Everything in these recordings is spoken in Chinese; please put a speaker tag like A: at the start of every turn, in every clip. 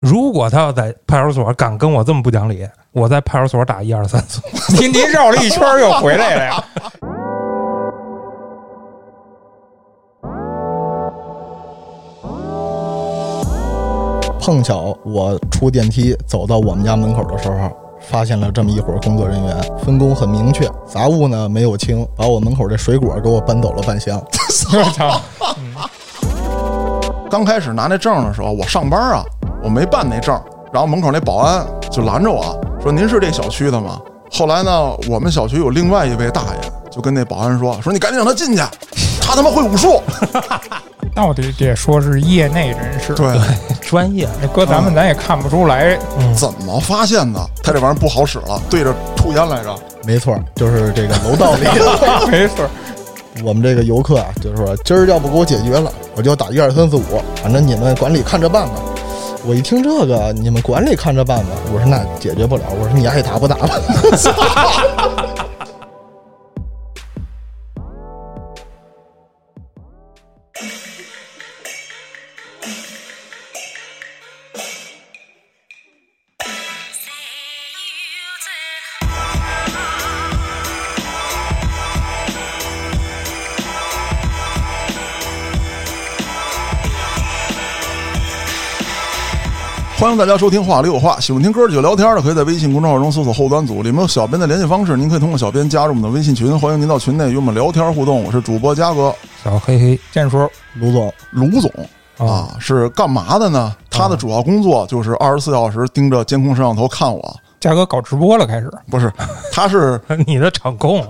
A: 如果他要在派出所敢跟我这么不讲理，我在派出所打一二三四。
B: 你你绕了一圈又回来了呀？
C: 碰巧我出电梯走到我们家门口的时候，发现了这么一伙工作人员，分工很明确，杂物呢没有清，把我门口这水果给我搬走了半箱。
B: 我操！
D: 刚开始拿那证的时候，我上班啊，我没办那证，然后门口那保安就拦着我说：“您是这小区的吗？”后来呢，我们小区有另外一位大爷就跟那保安说：“说你赶紧让他进去， 他他妈会武术。
E: 到底得说是业内人士”。
D: 对，
A: 专业
E: 那搁
B: 嗯
E: 咱们咱也看不 出来，
D: 怎么发现的？他这玩意儿不好使了，对着吐烟来着。
C: 没错，就是这个楼道里，啊
E: 没事儿。
C: 我们这个游客啊，就是说今儿要不给我解决了，我就打一二三四五，反正你们管理看着办吧。我一听这个，你们管理看着办吧，我说那解决不了，我说你爱打不打吧。
D: 欢迎大家收听《话里有话》，喜欢听哥儿几个聊天的，可以在微信公众号中搜索“后端组”，里面有小编的联系方式，您可以通过小编加入我们的微信群，欢迎您到群内与我们聊天互动。我是主播嘉哥，
A: 小黑黑
E: 建叔，
C: 卢总，
D: 卢总
A: 啊，
D: 啊，是干嘛的呢？他的主要工作就是二十四小时盯着监控摄像头看我，
E: 嘉哥搞直播了，开始
D: 不是，他是
A: 你的场控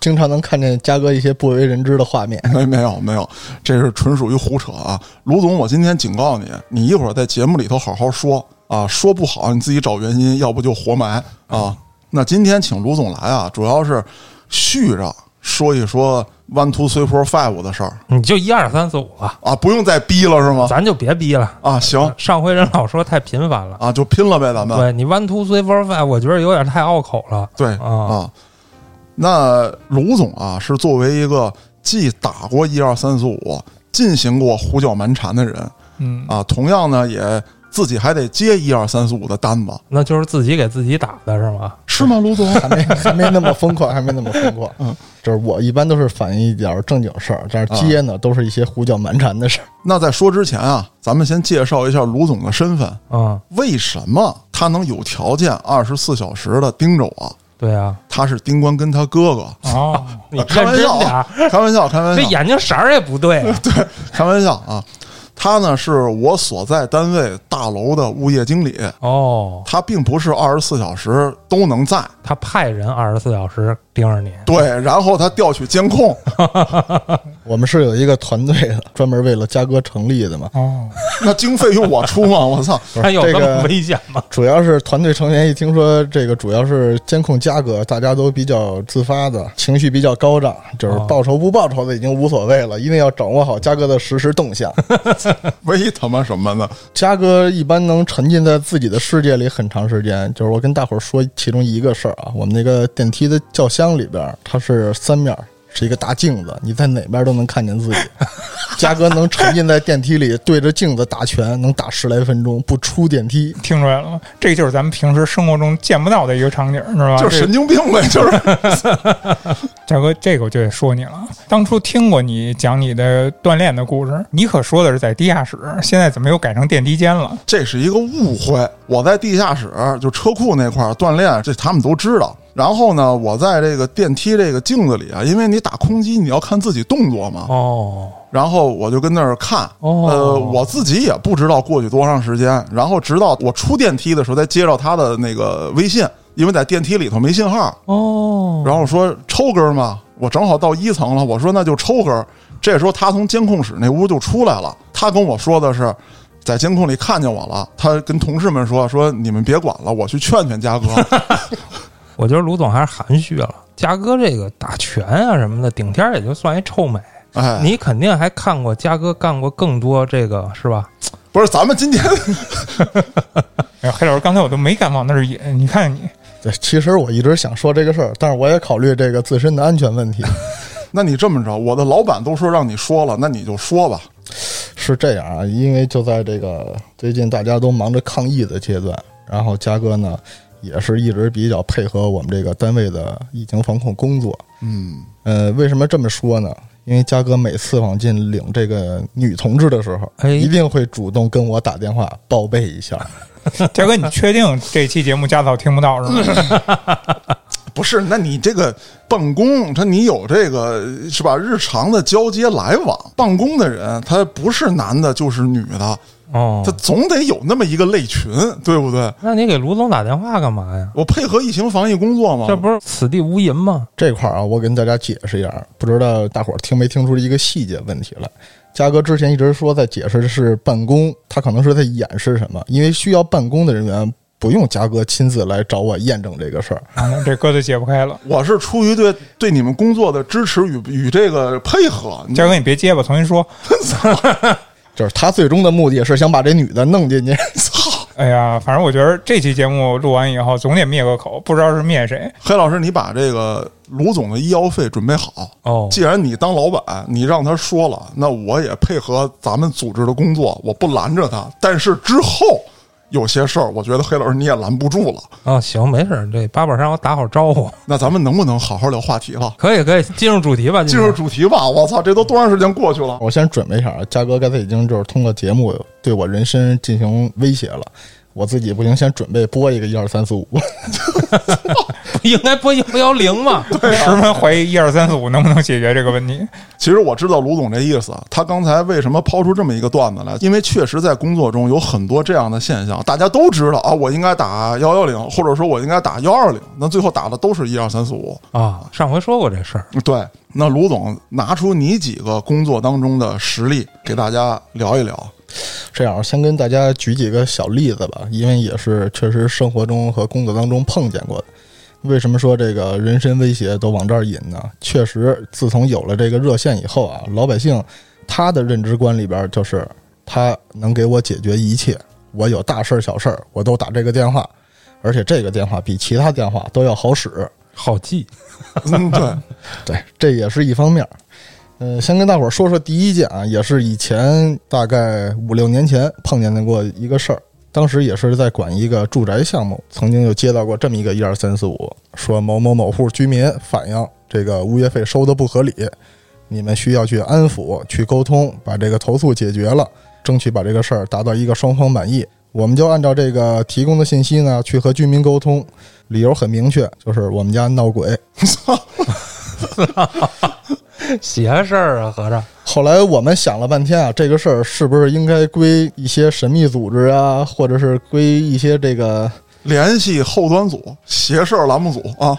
C: 经常能看见嘉哥一些不为人知的画面。
D: 没没有没有，这是纯属于胡扯啊！卢总，我今天警告你，你一会儿在节目里头好好说啊，说不好你自己找原因，要不就活埋啊。那今天请卢总来啊，主要是续着说一说 One Two Three Four Five 的事儿
A: 你就一二三四五吧，
D: 啊，不用再逼了是吗？
A: 咱就别逼了。
D: 啊，行
A: 上回人老说太频繁了，
D: 啊，就拼了呗，咱们
A: 对你 one two three four five，我觉得有点太拗口了。
D: 对
A: 啊，
D: 啊。那卢总啊，是作为一个既打过一二三四五，进行过胡搅蛮缠的人，
E: 嗯，
D: 啊，同样呢也自己还得接一二三四五的单子，
A: 那就是自己给自己打的是吗？
D: 是吗，卢总？
C: 还没还没那么疯狂，还没那么疯狂。
D: 嗯，啊
C: 就是我一般都是反映一点正经事儿，但是接呢、都是一些胡搅蛮缠的事儿。
D: 那在说之前啊，咱们先介绍一下卢总的身份，
A: 嗯，
D: 为什么他能有条件二十四小时的盯着我？
A: 对啊，
D: 他是丁官跟他哥哥，
E: 哦，
A: 你认
D: 啊开玩
A: 真
D: 笑
A: 点儿
D: 啊，，开玩笑，开玩
A: 这
D: 笑，
A: 眼睛色儿也不 对。
D: 开玩笑啊！他呢是我所在单位大楼的物业经理，
A: 哦，
D: 他并不是二十四小时都能在，
A: 他派人二十四小时盯着你。
D: 对，然后他调取监控，
C: 我们是有一个团队的，专门为了嘉哥成立的嘛。
E: 哦，
D: 那经费用我出吗？我操！
C: 不
A: 他
C: 是
A: 有
C: 这
A: 这么
C: 个
A: 危险吗？
C: 主要是团队成员一听说这个主要是监控嘉哥，大家都比较自发的，情绪比较高涨，就是
A: 哦
C: 报仇不报仇的已经无所谓了，一定要掌握好嘉哥的实时动向。
D: 为他妈什么呢？
C: 嘉哥一般能沉浸在自己的世界里很长时间。就是我跟大伙儿说其中一个事儿啊，我们那个电梯的轿厢里边儿，它是三面儿，是一个大镜子，你在哪边儿都能看见自己。 嘉哥能沉浸在电梯里，对着镜子打拳，能打十来分钟不出电梯。
E: 听出来了吗？这就是咱们平时生活中见不到的一个场景，是吧？
D: 就是
E: 这
D: 神经病呗，就是
E: 嘉哥，这个我就得说你了。当初听过你讲你的锻炼的故事，你可说的是在地下室，现在怎么又改成电梯间了？
D: 这是一个误会。我在地下室，就车库那块儿锻炼，这他们都知道。然后呢，我在这个电梯这个镜子里啊，因为你打空机，你要看自己动作嘛。
A: 哦，
D: 然后我就跟那儿看，
A: 哦
D: 呃，我自己也不知道过去多长时间。然后直到我出电梯的时候，才接到他的那个微信，因为在电梯里头没信号。
A: 哦，
D: 然后说抽根儿嘛，我正好到一层了，我说那就抽根儿。这时候他从监控室那屋就出来了，他跟我说的是，在监控里看见我了，他跟同事们说说你们别管了，我去劝劝嘉哥。
A: 我觉得卢总还是含蓄了。嘉哥这个打拳啊什么的，顶天儿也就算一臭美。
D: 哎，
A: 你肯定还看过嘉哥干过更多这个是吧？
D: 不是咱们今天
E: 哎，黑老师，刚才我都没敢往那儿引，你看你，
C: 对，其实我一直想说这个事儿，但是我也考虑这个自身的安全问题。
D: 那你这么着，我的老板都说让你说了，那你就说吧。
C: 是这样啊，因为就在这个最近大家都忙着抗疫的阶段，然后嘉哥呢也是一直比较配合我们这个单位的疫情防控工作。
D: 嗯，
C: 呃，为什么这么说呢？因为嘉哥每次往进领这个女同志的时候，
A: 哎
C: 一定会主动跟我打电话报备一下。
E: 嘉哥，你确定这期节目家嫂听不到 是吗？
D: 不是，那你这个办公，他你有这个是吧？日常的交接来往，办公的人他不是男的就是女的，
A: 哦
D: 他，总得有那么一个类群，对不对？
A: 那你给卢总打电话干嘛呀？
D: 我配合疫情防疫工作嘛，
A: 这不是此地无银吗？
C: 这块儿啊，我跟大家解释一下，不知道大伙儿听没听出一个细节问题来。嘉哥之前一直说在解释的是办公，他可能是在掩饰什么，因为需要办公的人员不用嘉哥亲自来找我验证这个事儿。
E: 啊这鸽子解不开了。
D: 我是出于对对你们工作的支持与与这个配合。你
E: 嘉哥，你别结巴，重新说。
C: 就是他最终的目的是想把这女的弄进去，
D: 操，
E: 哎呀，反正我觉得这期节目录完以后，总得灭个口，不知道是灭谁。
D: 黑老师，你把这个卢总的医药费准备好。
A: 哦，
D: 既然你当老板，你让他说了，那我也配合咱们组织的工作，我不拦着他。但是之后有些事儿，我觉得黑老师你也拦不住了。
A: 哦，行，没事儿，这八宝山我打好招呼，
D: 那咱们能不能好好聊话题了？
A: 可以可以，进入主题吧，
D: 进入主题吧！我操，这都多长时间过去了？
C: 我先准备一下啊，嘉哥刚才已经就是通过节目对我人身进行威胁了，我自己不行，先准备播一个一二三四五。
A: 主应该播幺幺零嘛，
D: 啊
E: 十分怀疑一二三四五能不能解决这个问题。
D: 其实我知道卢总这意思，他刚才为什么抛出这么一个段子来？因为确实在工作中有很多这样的现象，大家都知道啊，我应该打幺幺零，或者说我应该打幺二零，那最后打的都是一二三四五。
A: 啊，上回说过这事儿，
D: 对，那卢总拿出你几个工作当中的实例给大家聊一聊。
C: 这样，先跟大家举几个小例子吧，因为也是确实生活中和工作当中碰见过的。为什么说这个人身威胁都往这儿引呢？确实，自从有了这个热线以后啊，老百姓他的认知观里边就是他能给我解决一切，我有大事儿小事儿我都打这个电话，而且这个电话比其他电话都要好使。
A: 好记，
D: 嗯，对，
C: 对，这也是一方面儿。嗯，先跟大伙儿说说第一件啊，也是以前大概五六年前碰见的过一个事儿。当时也是在管一个住宅项目，曾经就接到过这么一个一二三四五，说某某某户居民反映这个物业费收的不合理，你们需要去安抚、去沟通，把这个投诉解决了，争取把这个事儿达到一个双方满意。我们就按照这个提供的信息呢，去和居民沟通，理由很明确，就是我们家闹鬼，
A: 邪事儿啊，合着
C: 后来我们想了半天啊，这个事儿是不是应该归一些神秘组织啊，或者是归一些这个
D: 联系后端组、邪事儿栏目组啊，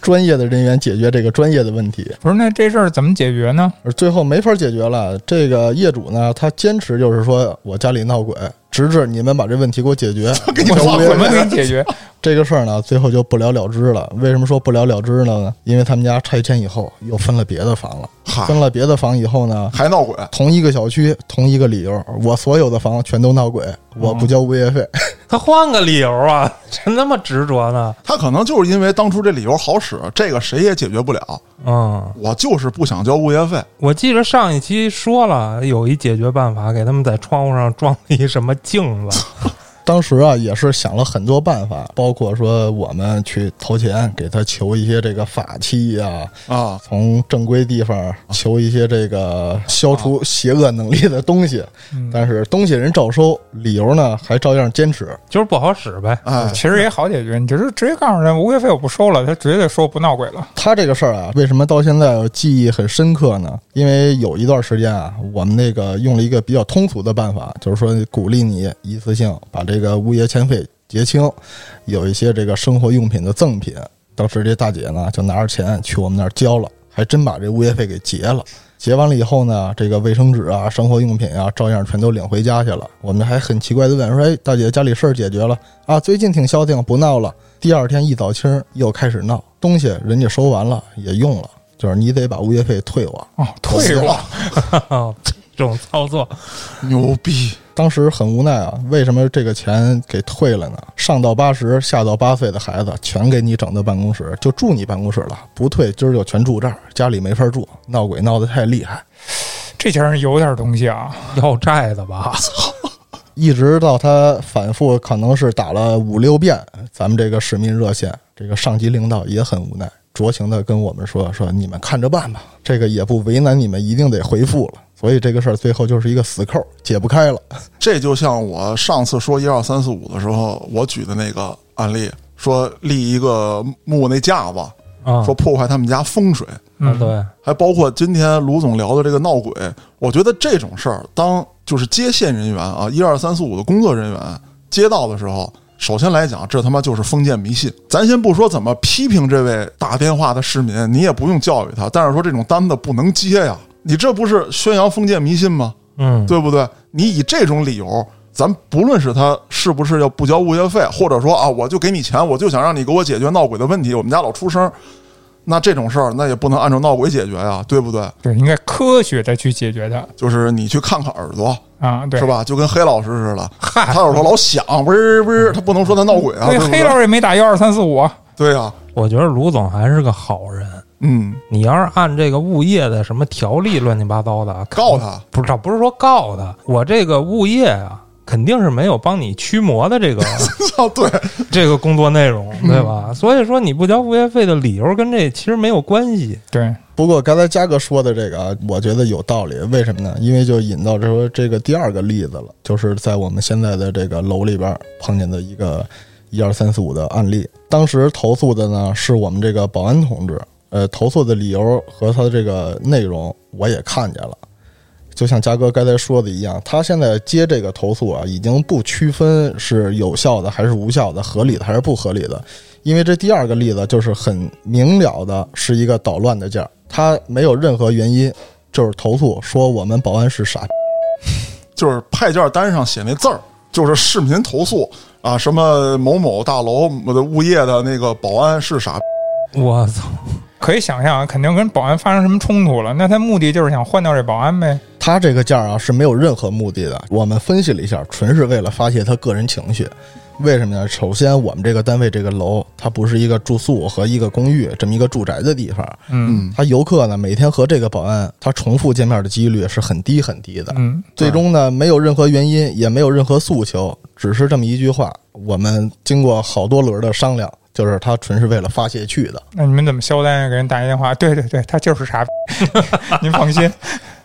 C: 专业的人员解决这个专业的问题？
E: 不是，那这事儿怎么解决 呢？
C: 而最后没法解决了，这个业主呢，他坚持就是说我家里闹鬼，直至你们把这问题给我解决。
E: 我
C: 我
E: 怎么给你解决？
C: 这个事儿呢，最后就不了了之了。为什么说不了了之了呢？因为他们家拆迁以后又分了别的房了，
D: 嗨，
C: 分了别的房以后呢，
D: 还闹鬼，
C: 同一个小区同一个理由，我所有的房全都闹鬼，我不交物业费。
A: 他换个理由啊，真那么执着呢？
D: 他可能就是因为当初这理由好使，这个谁也解决不了。
A: 嗯，
D: 我就是不想交物业费，
A: 我记着上一期说了有一解决办法，给他们在窗户上装了一什么镜 子，
C: 当时啊，也是想了很多办法，包括说我们去投钱给他求一些这个法器呀、
D: 啊，
C: 从正规地方求一些这个消除邪恶能力的东西。但是东西人照收，理由呢还照样坚持。
A: 就是不好使呗。
D: 哎，
E: 其实也好解决，你就是直接告诉他物业费我不收了，他绝对说不闹鬼了。
C: 他这个事儿啊，为什么到现在我记忆很深刻呢？因为有一段时间啊，我们那个用了一个比较通俗的办法，就是说鼓励你一次性把这个物业欠费结清，有一些这个生活用品的赠品。当时这大姐呢，就拿着钱去我们那儿交了，还真把这物业费给结了。结完了以后呢，这个卫生纸啊、生活用品啊，照样全都领回家去了。我们还很奇怪的问说：“哎，大姐，家里事儿解决了啊？最近挺消停，不闹了。”第二天一早清儿又开始闹，东西人家收完了也用了，就是你得把物业费退我。
E: 哦，退我，
A: 啊这种操作，
D: 牛逼，
C: 当时很无奈啊，为什么这个钱给退了呢？上到八十，下到八岁的孩子全给你整到办公室，就住你办公室了，不退今儿就全住这儿，家里没法住，闹鬼闹得太厉害。
E: 这家人有点东西啊，
A: 要债的吧？
C: 一直到他反复可能是打了五六遍咱们这个市民热线，这个上级领导也很无奈，酌情的跟我们说说你们看着办吧，这个也不为难你们，一定得回复了。所以这个事儿最后就是一个死扣，解不开了。
D: 这就像我上次说一二三四五的时候，我举的那个案例，说立一个木那架子，
A: 啊，
D: 说破坏他们家风水，
A: 啊
E: 嗯，
A: 对，
D: 还包括今天卢总聊的这个闹鬼。我觉得这种事儿，当就是接线人员啊，一二三四五的工作人员接到的时候，首先来讲，这他妈就是封建迷信。咱先不说怎么批评这位打电话的市民，你也不用教育他，但是说这种单子不能接呀，你这不是宣扬封建迷信吗？
A: 嗯，
D: 对不对？你以这种理由，咱不论是他是不是要不交物业费，或者说啊，我就给你钱，我就想让你给我解决闹鬼的问题，我们家老出声儿，那这种事儿那也不能按照闹鬼解决呀，对不对？
E: 对，应该科学的去解决它
D: 就是你去看看耳朵，
E: 啊，对
D: 是？吧？就跟黑老师似的，
A: 嗨
D: 他有时候老响，不是不是，他不能说他闹鬼啊，
E: 对
D: 对，不
E: 黑老
D: 对？
E: 师也没打幺二三四五，啊
D: 对呀、
A: 我觉得卢总还是个好人。
D: 嗯，
A: 你要是按这个物业的什么条例乱七八糟的啊
D: 告，他，
A: 不是不是说告他，我这个物业啊，肯定是没有帮你驱魔的这 个
D: 啊，对，
A: 这个工作内容，对吧？所以说你不交物业费的理由跟这其实没有关系。
E: 对，
C: 不过刚才嘉哥说的这个啊，我觉得有道理。为什么呢？因为就引到这说这个第二个例子了，就是在我们现在的这个楼里边碰见的一个一二三四五的案例。当时投诉的呢是我们这个保安同志，呃，投诉的理由和他的这个内容我也看见了。就像嘉哥刚才说的一样，他现在接这个投诉啊，已经不区分是有效的还是无效的，合理的还是不合理的，因为这第二个例子就是很明了的是一个捣乱的劲儿，他没有任何原因，就是投诉说我们保安是傻逼。
D: 就是派件单上写那字儿，就是市民投诉啊，什么某某大楼的物业的那个保安是傻逼
A: 我操，
E: 可以想象啊，肯定跟保安发生什么冲突了。那他目的就是想换掉这保安呗。
C: 他这个价儿啊是没有任何目的的。我们分析了一下，纯是为了发泄他个人情绪。为什么呢？首先，我们这个单位这个楼，它不是一个住宿和一个公寓这么一个住宅的地方。
E: 嗯
C: 他游客呢，每天和这个保安他重复见面的几率是很低很低的。
E: 嗯，
C: 最终呢，没有任何原因，也没有任何诉求，只是这么一句话。我们经过好多轮的商量，就是他纯是为了发泄去的。
E: 那你们怎么消单呀？给人打一电话，对对对，他就是 傻逼， 您放心。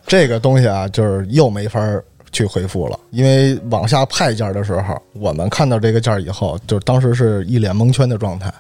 C: 这个东西啊，就是又没法儿去回复了，因为往下派件儿的时候，我们看到这个件儿以后，就是当时是一脸蒙圈的状态。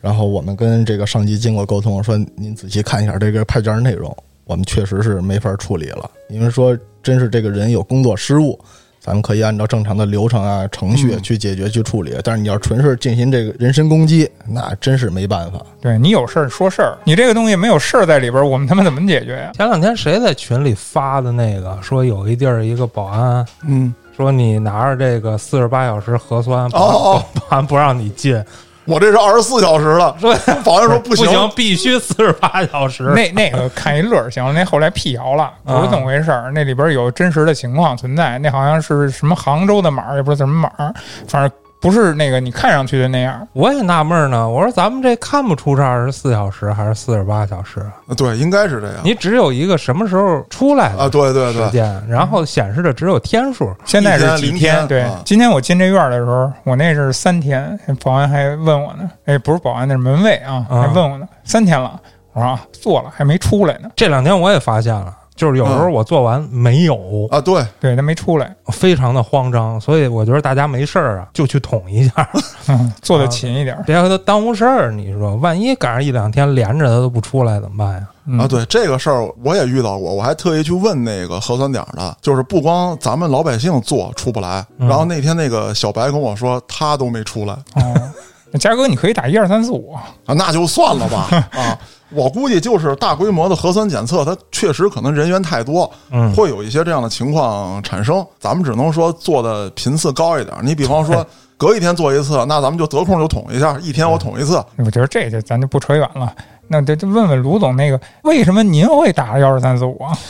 C: 然后我们跟这个上级经过沟通，说您仔细看一下这个派件儿内容，我们确实是没法儿处理了，因为说真是这个人有工作失误，咱们可以按照正常的流程啊、程序去解决、去处理。但是你要纯是进行这个人身攻击，那真是没办法。
E: 对你有事儿说事儿，你这个东西没有事儿在里边儿，我们他妈怎么解决 呀？
A: 前两天谁在群里发的那个说有一地儿一个保安
D: 嗯，
A: 说你拿着这个四十八小时核酸，保
D: 哦哦
A: 保安不让你进，
D: 我这是二十四小时了。
A: 说
D: 保安说不
A: 不
D: 行，
A: 必须四十八小时。
E: 那那个看一乐儿行了，那后来辟谣了，
D: 啊
E: 不是怎么回事儿，那里边有真实的情况存在，那好像是什么杭州的码儿，也不知道什么码儿，反正不是那个你看上去的那样。
A: 我也纳闷呢，我说咱们这看不出是二十四小时还是四十八小时啊，
D: 对，应该是这样
A: 你只有一个什么时候出来
D: 啊。
A: 的
D: 对对
A: 时
D: 对，
A: 间，然后显示的只有天数。
E: 现在是几
D: 一天零天
E: 对
D: 啊，
E: 今天我进这院儿的时候，我那是三天，保安还问我呢，哎，不是保安，那是门卫啊，
A: 啊
E: 还问我呢，三天了，我说啊，做了还没出来呢，
A: 这两天我也发现了，就是有时候我做完没有，
D: 嗯啊，对，
E: 对他没出来，
A: 非常的慌张，所以我觉得大家没事儿啊，就去捅一下，
E: 嗯，做的
A: 啊
E: 勤一点儿，
A: 别和他耽误事儿。你说，万一赶上一两天连着他都不出来怎么办呀？
E: 嗯
D: 啊，，对这个事儿我也遇到过，我还特意去问那个核酸点儿的，就是不光咱们老百姓做出不来，
A: 嗯
D: 然后那天那个小白跟我说他都没出来
E: 哦，那嘉哥你可以打一二三四五，
D: 啊，那就算了吧 啊，我估计就是大规模的核酸检测，它确实可能人员太多，
A: 嗯，
D: 会有一些这样的情况产生，咱们只能说做的频次高一点儿。你比方说隔一天做一次，那咱们就得空就捅一下，一天我捅一次，
E: 我觉得这就咱就不扯远了。那得得问问卢总，那个为什么您会打幺二三四五啊？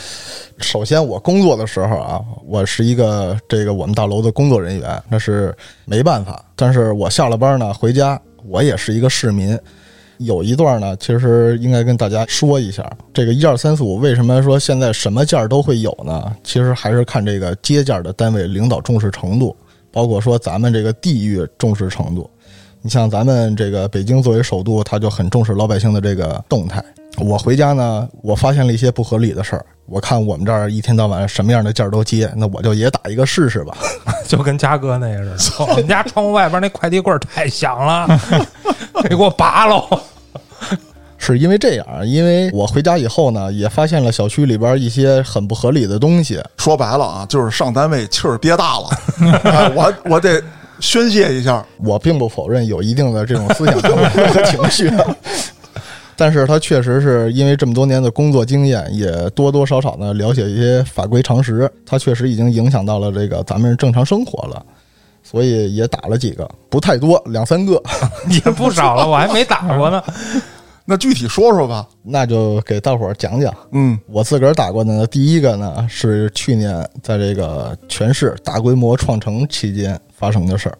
C: 首先，我工作的时候啊，我是一个这个我们大楼的工作人员，那是没办法。但是我下了班呢，回家，我也是一个市民。有一段呢，其实应该跟大家说一下，这个一二三四五为什么说现在什么件儿都会有呢？其实还是看这个接件儿的单位领导重视程度，包括说咱们这个地域重视程度。你像咱们这个北京作为首都，它就很重视老百姓的这个动态。我回家呢，我发现了一些不合理的事儿。我看我们这儿一天到晚什么样的件儿都接，那我就也打一个试试吧。
A: 就跟嘉哥那个似的。我们家窗户外边那快递棍儿太响了， 得给我拔喽！
C: 是因为这样，因为我回家以后呢，也发现了小区里边一些很不合理的东西。
D: 说白了啊，就是上单位气儿憋大了， 哎我我得宣泄一下。
C: 我并不否认有一定的这种思想抗争和 情绪，啊但是他确实是因为这么多年的工作经验，也多多少少呢了解一些法规常识，他确实已经影响到了这个咱们正常生活了，所以也打了几个，不太多，两三个。
A: 也不少了，我还没打过呢。
D: 那具体说说吧，
C: 那就给大伙儿讲讲
D: 嗯，
C: 我自个儿打过的呢。第一个呢是去年在这个全市大规模创城期间发生的事儿。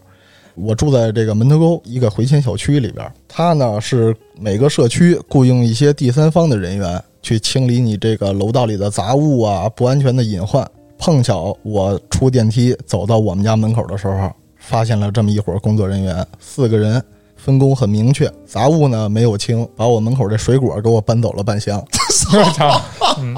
C: 我住在这个门头沟一个回迁小区里边儿，它呢是每个社区雇佣一些第三方的人员去清理你这个楼道里的杂物啊、不安全的隐患。碰巧我出电梯走到我们家门口的时候，发现了这么一伙工作人员，四个人分工很明确，杂物呢没有清，把我门口这水果给我搬走了半箱。
E: 我操，嗯，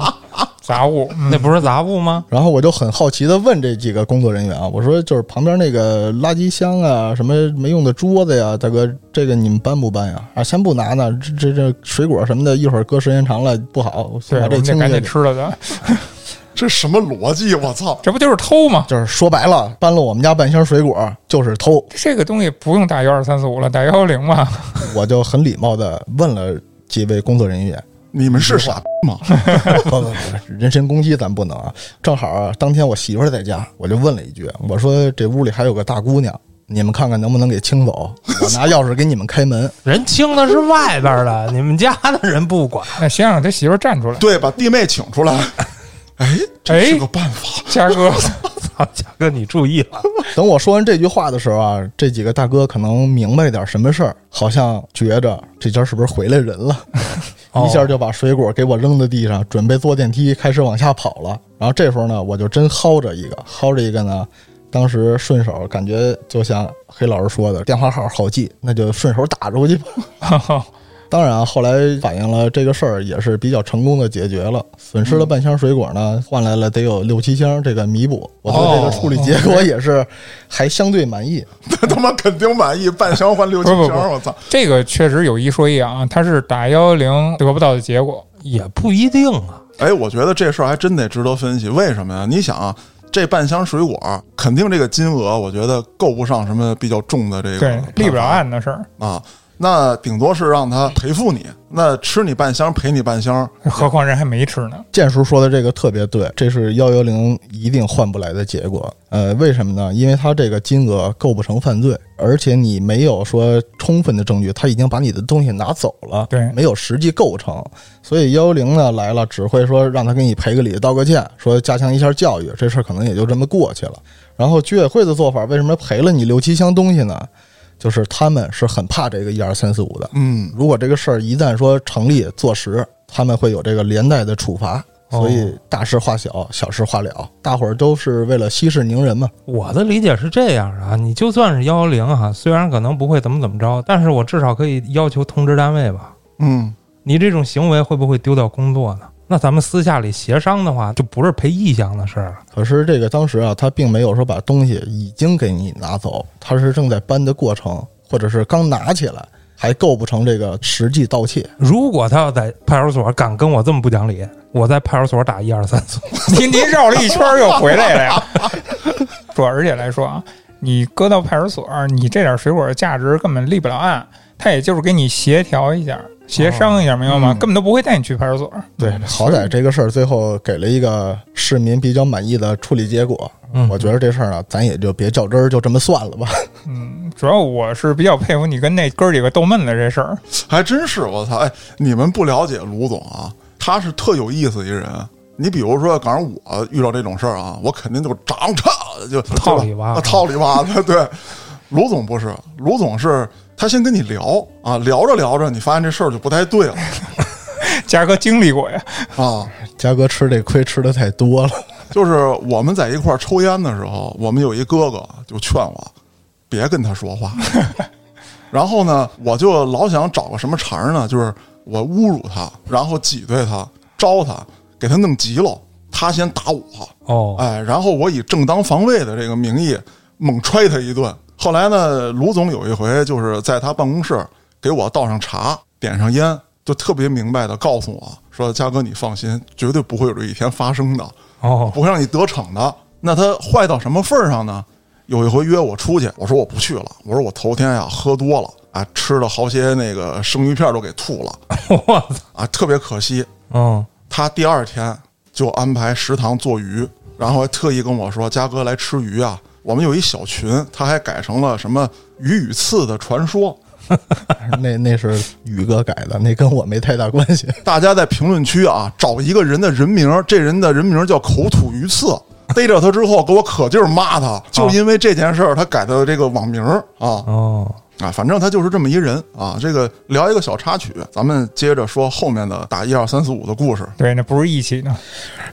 E: 杂物，嗯
A: 那不是杂物吗？
C: 然后我就很好奇的问这几个工作人员啊，我说就是旁边那个垃圾箱啊，什么没用的桌子呀，大哥，这个你们搬不搬呀？啊，先不拿呢，这这这水果什么的，一会儿搁时间长了不好，我
E: 对，
C: 先
E: 我
C: 把这
E: 们得
C: 清
E: 赶
C: 下
E: 紧
C: 去。
E: 吃了它，
D: 这什么逻辑？我操！
E: 这不就是偷吗？
C: 就是说白了，搬了我们家半箱水果就是偷，
E: 这个东西不用打幺二三四五了，打幺幺零吧。
C: 我就很礼貌的问了几位工作人员，
D: 你们是傻逼吗？
C: 不不不，人身攻击咱不能啊。正好啊，当天我媳妇儿在家，我就问了一句，我说这屋里还有个大姑娘，你们看看能不能给清走？我拿钥匙给你们开门。
A: 人清的是外边的，你们家的人不管。
E: 那先让他媳妇儿站出来，
D: 对，把弟妹请 出来。哎，这是个办法。
E: 嘉哥，
A: 操，嘉哥你注意了，
C: 等我说完这句话的时候啊，这几个大哥可能明白点什么事儿，好像觉着这家是不是回来人了，一下就把水果给我扔在地上，准备坐电梯开始往下跑了。然后这时候呢，我就真薅着一个，薅着一个呢，当时顺手感觉就像黑老师说的，电话号好记，那就顺手打出去吧。当然啊，后来反映了这个事儿也是比较成功的解决了，损失了半箱水果呢，换来了得有六七箱这个弥补。我对这个处理结果也是还相对满意。
D: 他他妈肯定满意，半箱换六七
E: 不不
D: 箱，
E: 不
D: 我操！
E: 这个确实有一说一啊，他是打幺幺零得不到的结果。
A: 也不一定啊。
D: 哎，我觉得这事儿还真得值得分析。为什么呀？你想啊，这半箱水果，肯定这个金额，我觉得够不上什么比较重的这个
E: 对
D: 判罚，
E: 立不了案的事儿，
D: 啊。那顶多是让他赔付你，那吃你半箱赔你半箱，
E: 何况人还没吃呢。
C: 建叔说的这个特别对，这是幺幺零一定换不来的结果。呃，为什么呢？因为他这个金额构不成犯罪，而且你没有说充分的证据，他已经把你的东西拿走了，
E: 对
C: 没有实际构成，所以幺幺零呢来了，只会说让他给你赔个礼、道个歉，说加强一下教育，这事儿可能也就这么过去了。然后居委会的做法，为什么赔了你六七箱东西呢？就是他们是很怕这个一二三四五的，
D: 嗯，
C: 如果这个事儿一旦说成立坐实，他们会有这个连带的处罚。所以大事化小，小事化了，大伙儿都是为了息事宁人嘛。
A: 我的理解是这样啊，你就算是幺幺零哈，虽然可能不会怎么怎么着，但是我至少可以要求通知单位吧。
D: 嗯，
A: 你这种行为会不会丢掉工作呢？那咱们私下里协商的话，就不是赔一箱的事儿了。
C: 可是这个当时啊，他并没有说把东西已经给你拿走，他是正在搬的过程，或者是刚拿起来，还构不成这个实际盗窃。
A: 如果他要在派出所敢跟我这么不讲理，我在派出所打一二三四。
E: 您您绕了一圈儿又回来了呀。主要而且来说啊，你搁到派出所，你这点水果的价值根本立不了案，他也就是给你协调一下、协商一下，明白吗？
D: 嗯
E: 根本都不会带你去派出所。
C: 对，嗯好歹这个事儿最后给了一个市民比较满意的处理结果。
A: 嗯，
C: 我觉得这事儿啊，咱也就别较真儿，就这么算了吧。
E: 嗯，主要我是比较佩服你跟那哥儿几个逗闷子这事儿。
D: 还真是我操！哎，你们不了解卢总啊，他是特有意思一人。你比如说，赶上我遇到这种事儿啊，我肯定就长叉就
A: 套里挖
D: 啊套里挖的。对，卢总不是，卢总是他先跟你聊啊，聊着聊着，你发现这事儿就不太对了
E: 嘉哥经历过呀，
D: 啊。
C: 嘉哥吃这亏吃的太多了，
D: 就是我们在一块儿抽烟的时候，我们有一哥哥就劝我别跟他说话，然后呢，我就老想找个什么茬儿呢，就是我侮辱他，然后挤兑他，招他，给他弄急了，他先打我，
A: 哦，
D: 哎，然后我以正当防卫的这个名义猛踹他一顿。后来呢，卢总有一回就是在他办公室给我倒上茶，点上烟，就特别明白的告诉我说：“嘉哥，你放心，绝对不会有这一天发生的，
A: 哦，
D: 不会让你得逞的。”那他坏到什么份儿上呢？有一回约我出去，我说我不去了，我说我头天呀喝多了啊，吃了好些那个生鱼片都给吐了
A: 我操，
D: 啊，特别可惜。
A: 嗯，
D: 他第二天就安排食堂做鱼，然后还特意跟我说：“嘉哥来吃鱼啊！”我们有一小群，他还改成了什么“鱼与刺”的传说。
C: 那那是宇哥改的，那跟我没太大关系。
D: 大家在评论区啊找一个人的人名，这人的人名叫口吐 鱼刺。逮着他之后，给我可劲儿骂他，
E: 啊
D: 就因为这件事儿，他改的这个网名儿啊
A: 哦，
D: 啊，反正他就是这么一人啊。这个聊一个小插曲，咱们接着说后面的打一二三四五的故事。
E: 对，那不是一起呢，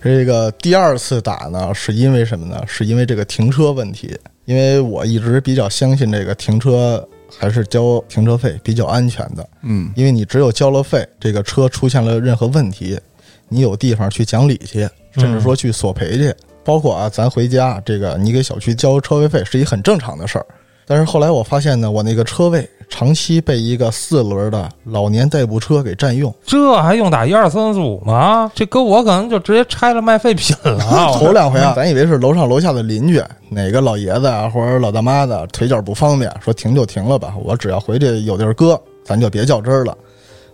C: 这个第二次打呢，是因为什么呢？是因为这个停车问题。因为我一直比较相信这个停车还是交停车费比较安全的，
D: 嗯，
C: 因为你只有交了费，这个车出现了任何问题，你有地方去讲理去，甚至说去索赔去。包括啊，咱回家这个你给小区交车位费是一很正常的事儿。但是后来我发现呢，我那个车位长期被一个四轮的老年代步车给占用，
A: 这还用打一二三四五吗？这搁我可能就直接拆了卖废品了。
C: 头两回啊，咱以为是楼上楼下的邻居，哪个老爷子啊或者老大妈的腿脚不方便，说停就停了吧，我只要回去有地儿搁，咱就别较真儿了。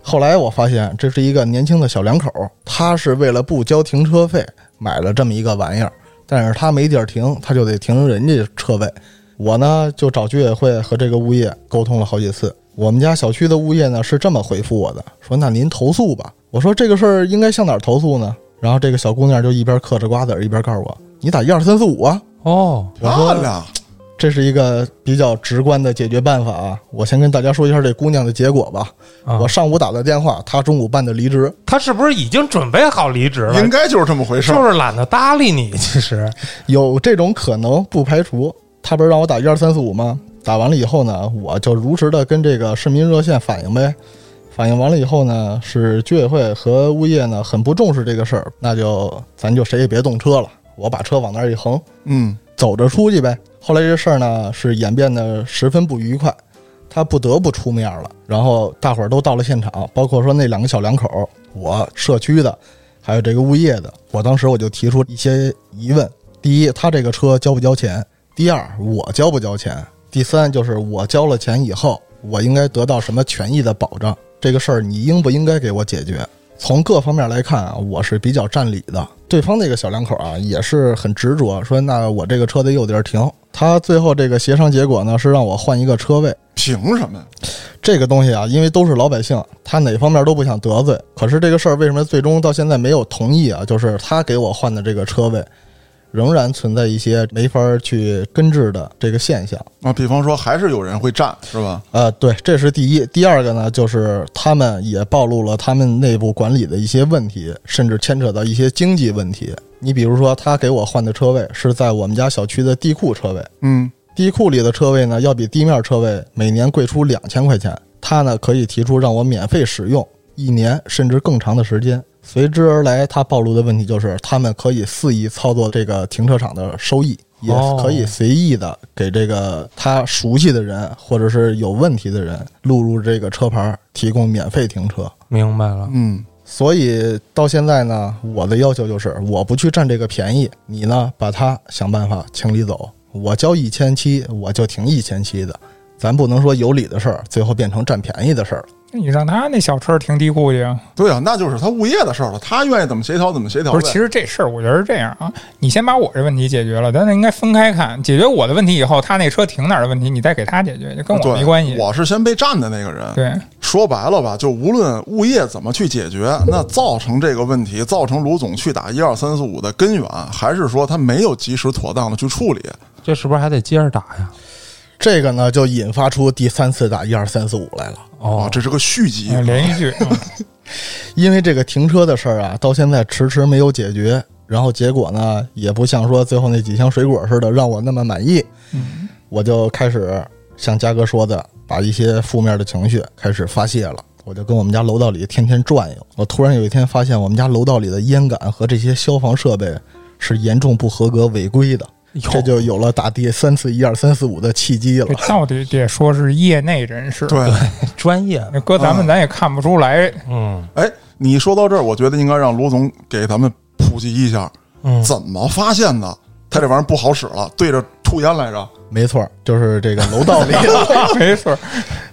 C: 后来我发现这是一个年轻的小两口，他是为了不交停车费买了这么一个玩意儿，但是他没地儿停，他就得停人家车位。我呢就找居委会和这个物业沟通了好几次。我们家小区的物业呢是这么回复我的，说那您投诉吧。我说这个事儿应该向哪儿投诉呢？然后这个小姑娘就一边嗑着瓜子儿一边告诉我，你打一二三四五啊。
A: 哦，
C: 我说
D: 漂亮，
C: 这是一个比较直观的解决办法啊。我先跟大家说一下这姑娘的结果吧。
A: 啊
C: 我上午打的电话，她中午办的离职，
A: 他是不是已经准备好离职了
D: 应？该就是这么回事儿。
A: 就是懒得搭理你，其实
C: 有这种可能，不排除。他不是让我打一二三四五吗？打完了以后呢，我就如实的跟这个市民热线反映呗。反映完了以后呢，是居委会和物业呢很不重视这个事儿，那就咱就谁也别动车了，我把车往那儿一横，
D: 嗯，
C: 走着出去呗。后来这事儿呢是演变得十分不愉快，他不得不出面了。然后大伙儿都到了现场，包括说那两个小两口儿，我社区的，还有这个物业的。我当时我就提出一些疑问：第一，他这个车交不交钱；第二，我交不交钱；第三，就是我交了钱以后，我应该得到什么权益的保障？这个事儿你应不应该给我解决？从各方面来看啊，我是比较占理的。对方那个小两口啊，也是很执着，说那我这个车得有地儿停。他最后这个协商结果呢，是让我换一个车位。
D: 凭什么呀？
C: 这个东西啊，因为都是老百姓，他哪方面都不想得罪。可是这个事儿为什么最终到现在没有同意啊？就是他给我换的这个车位，仍然存在一些没法儿去根治的这个现象。
D: 啊，比方说还是有人会站，是吧？
C: 呃，对，这是第一。第二个呢，就是他们也暴露了他们内部管理的一些问题，甚至牵扯到一些经济问题。你比如说，他给我换的车位是在我们家小区的地库车位，
D: 嗯，
C: 地库里的车位呢，要比地面车位每年贵出两千块钱。他呢可以提出让我免费使用一年甚至更长的时间。随之而来，他暴露的问题就是，他们可以肆意操作这个停车场的收益，也
A: 哦
C: 可以随意的给这个他熟悉的人或者是有问题的人录入这个车牌儿，提供免费停车。
A: 明白了。
D: 嗯，
C: 所以到现在呢，我的要求就是，我不去占这个便宜，你呢把它想办法清理走。我交一千七，我就停一千七的，咱不能说有理的事儿，最后变成占便宜的事儿了。
E: 你让他那小车停地库去啊。
D: 对啊，那就是他物业的事儿了，他愿意怎么协调怎么协调呗。
E: 不是，其实这事儿我觉得是这样啊，你先把我这问题解决了，但是应该分开看，解决我的问题以后，他那车停哪儿的问题，你再给他解决，就跟我
D: 啊对
E: 没关系。
D: 我是先被占的那个人。
E: 对，
D: 说白了吧，就无论物业怎么去解决，那造成这个问题，造成卢总去打一二三四五的根源，还是说他没有及时妥当的去处理。
A: 这是不是还得接着打呀？
C: 这个呢，就引发出第三次打一二三四五来了。
D: 啊，
A: 哦，
D: 这是个续集
E: 啊，连续剧，嗯
C: 因为这个停车的事儿啊，到现在迟迟没有解决。然后结果呢，也不像说最后那几箱水果似的让我那么满意。
E: 嗯
C: 我就开始像嘉哥说的，把一些负面的情绪开始发泄了。我就跟我们家楼道里天天转悠。我突然有一天发现，我们家楼道里的烟杆和这些消防设备是严重不合格、违规的。这就有了打第三次一二三四五的契机 了
E: 这。到底得说是业内人士。
D: 对，
A: 专业，
E: 那搁咱们咱也看不出来，
A: 嗯
D: 哎，你说到这儿，我觉得应该让卢总给咱们普及一下，
A: 嗯，
D: 怎么发现的？他这玩意儿不好使了，对着吐烟来着。
C: 没错儿，就是这个楼道里，
E: 没事儿。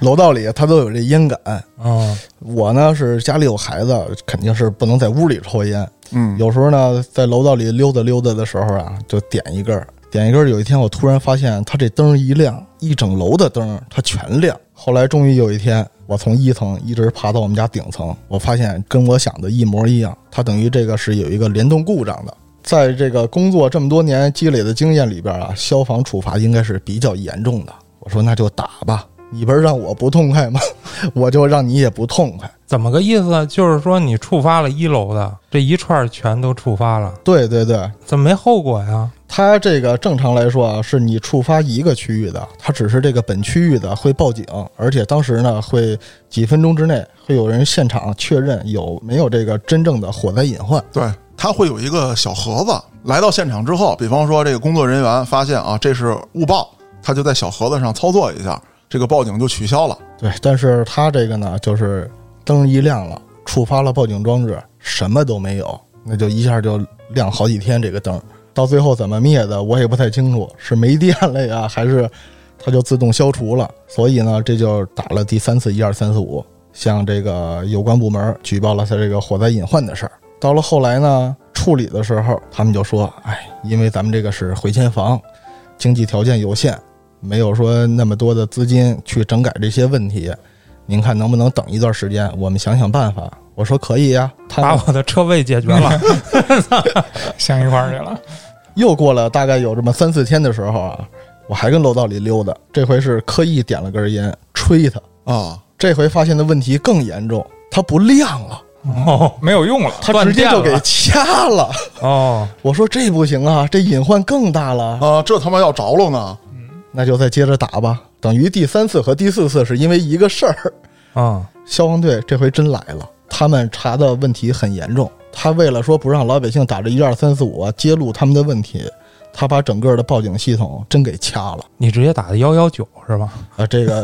C: 楼道里它都有这烟杆。
A: 嗯
C: 我呢是家里有孩子，肯定是不能在屋里抽烟。
D: 嗯，
C: 有时候呢，在楼道里溜达溜达的时候啊，就点一根儿，点一根儿。有一天我突然发现，它这灯一亮，一整楼的灯它全亮。后来终于有一天，我从一层一直爬到我们家顶层，我发现跟我想的一模一样，它等于这个是有一个联动故障的。在这个工作这么多年积累的经验里边啊，消防处罚应该是比较严重的。我说那就打吧，你不是让我不痛快吗？ 我就让你也不痛快。
A: 怎么个意思啊？就是说你触发了一楼的这一串儿全都触发了，
C: 对对对，
A: 怎么没后果呀？
C: 它这个正常来说啊，是你触发一个区域的，它只是这个本区域的会报警，而且当时呢会几分钟之内会有人现场确认有没有这个真正的火灾隐患。
D: 对，他会有一个小盒子。来到现场之后，比方说这个工作人员发现啊，这是误报，他就在小盒子上操作一下，这个报警就取消了。
C: 对，但是它这个呢，就是灯一亮了，触发了报警装置，什么都没有，那就一下就亮好几天这个灯，到最后怎么灭的我也不太清楚，是没电了呀，还是它就自动消除了？所以呢，这就打了第三次一二三四五，向这个有关部门举报了它这个火灾隐患的事儿。到了后来呢，处理的时候，他们就说：“哎，因为咱们这个是回迁房，经济条件有限，没有说那么多的资金去整改这些问题，您看能不能等一段时间，我们想想办法。”我说：“可以呀。”他
A: 把
C: 们
A: 我的车位解决了，
E: 想一块儿去了。
C: 又过了大概有这么三四天的时候啊，我还跟楼道里溜达，这回是刻意点了根烟吹它。
D: 啊，
C: 这回发现的问题更严重，它不亮了，
A: 哦
E: 没有用了，
C: 它直接就给掐了。
A: 哦，
C: 我说这不行啊，这隐患更大了，
D: 啊，这他妈要着了呢！
C: 那就再接着打吧。等于第三次和第四次是因为一个事儿，
A: 嗯
C: 消防队这回真来了，他们查的问题很严重。他为了说不让老百姓打这一二三四五啊揭露他们的问题，他把整个的报警系统真给掐了。
A: 你直接打的幺幺九是吧？
C: 啊，这个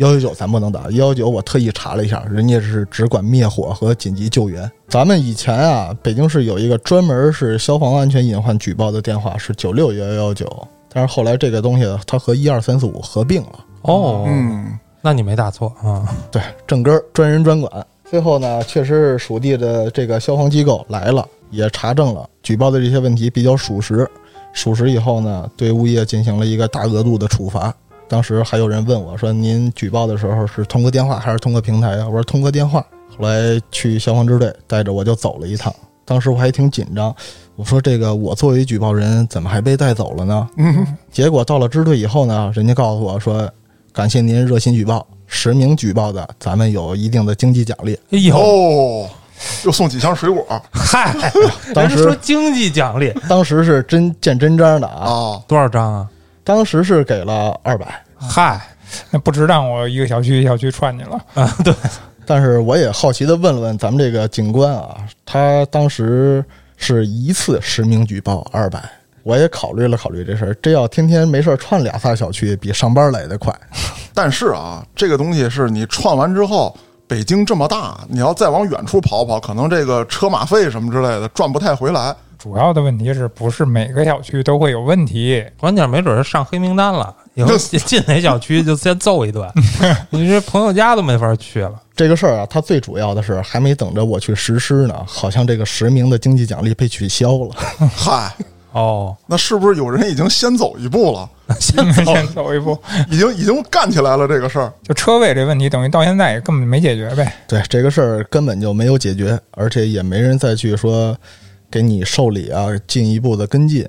C: 幺九九咱不能打，幺九九我特意查了一下，人家是只管灭火和紧急救援。咱们以前啊，北京市有一个专门是消防安全隐患举报的电话是九六幺幺九，但是后来这个东西它和一二三四五合并了，
A: 哦，
D: 嗯，
A: 那你没打错啊，
C: 对，正根儿专人专管。最后呢，确实是属地的这个消防机构来了，也查证了举报的这些问题比较属实。属实以后呢，对物业进行了一个大额度的处罚。当时还有人问我说：“您举报的时候是通过电话还是通过平台啊？”我说：“通过电话。”后来去消防支队带着我就走了一趟，当时我还挺紧张，我说：“这个我作为举报人，怎么还被带走了呢？”
D: 嗯，
C: 结果到了支队以后呢，人家告诉我说：“感谢您热心举报，实名举报的，咱们有一定的经济奖励。
A: 哎呦，
D: 哦，又送几箱水果
A: 嗨，
C: 当
A: 人家说
C: 时
A: 经济奖励
C: 当时是真见真章的啊，
D: 啊！
A: 多少张啊？
C: 当时是给了二百，
A: 嗨，嗯
E: 那不值当我一个小区一个小区串去了。
C: 但是我也好奇的问了问咱们这个警官啊，他当时是一次实名举报二百。我也考虑了考虑这事儿，这要天天没事儿串俩仨小区，比上班来得快。
D: 但是啊，这个东西是你串完之后，北京这么大，你要再往远处跑跑，可能这个车马费什么之类的赚不太回来。
E: 主要的问题是不是每个小区都会有问题？
A: 关键没准是上黑名单了，以后进进哪小区就先揍一顿，你这朋友家都没法去了。
C: 这个事儿啊，它最主要的是还没等着我去实施呢，好像这个实名的经济奖励被取消了。
D: 嗨，
A: 哦，
D: 那是不是有人已经先走一步了？
A: 先
E: 先走一步，
D: 已经已经干起来了这个事儿。
E: 就车位这问题，等于到现在也根本没解决呗。
C: 对这个事儿根本就没有解决，而且也没人再去说给你受理啊进一步的跟进。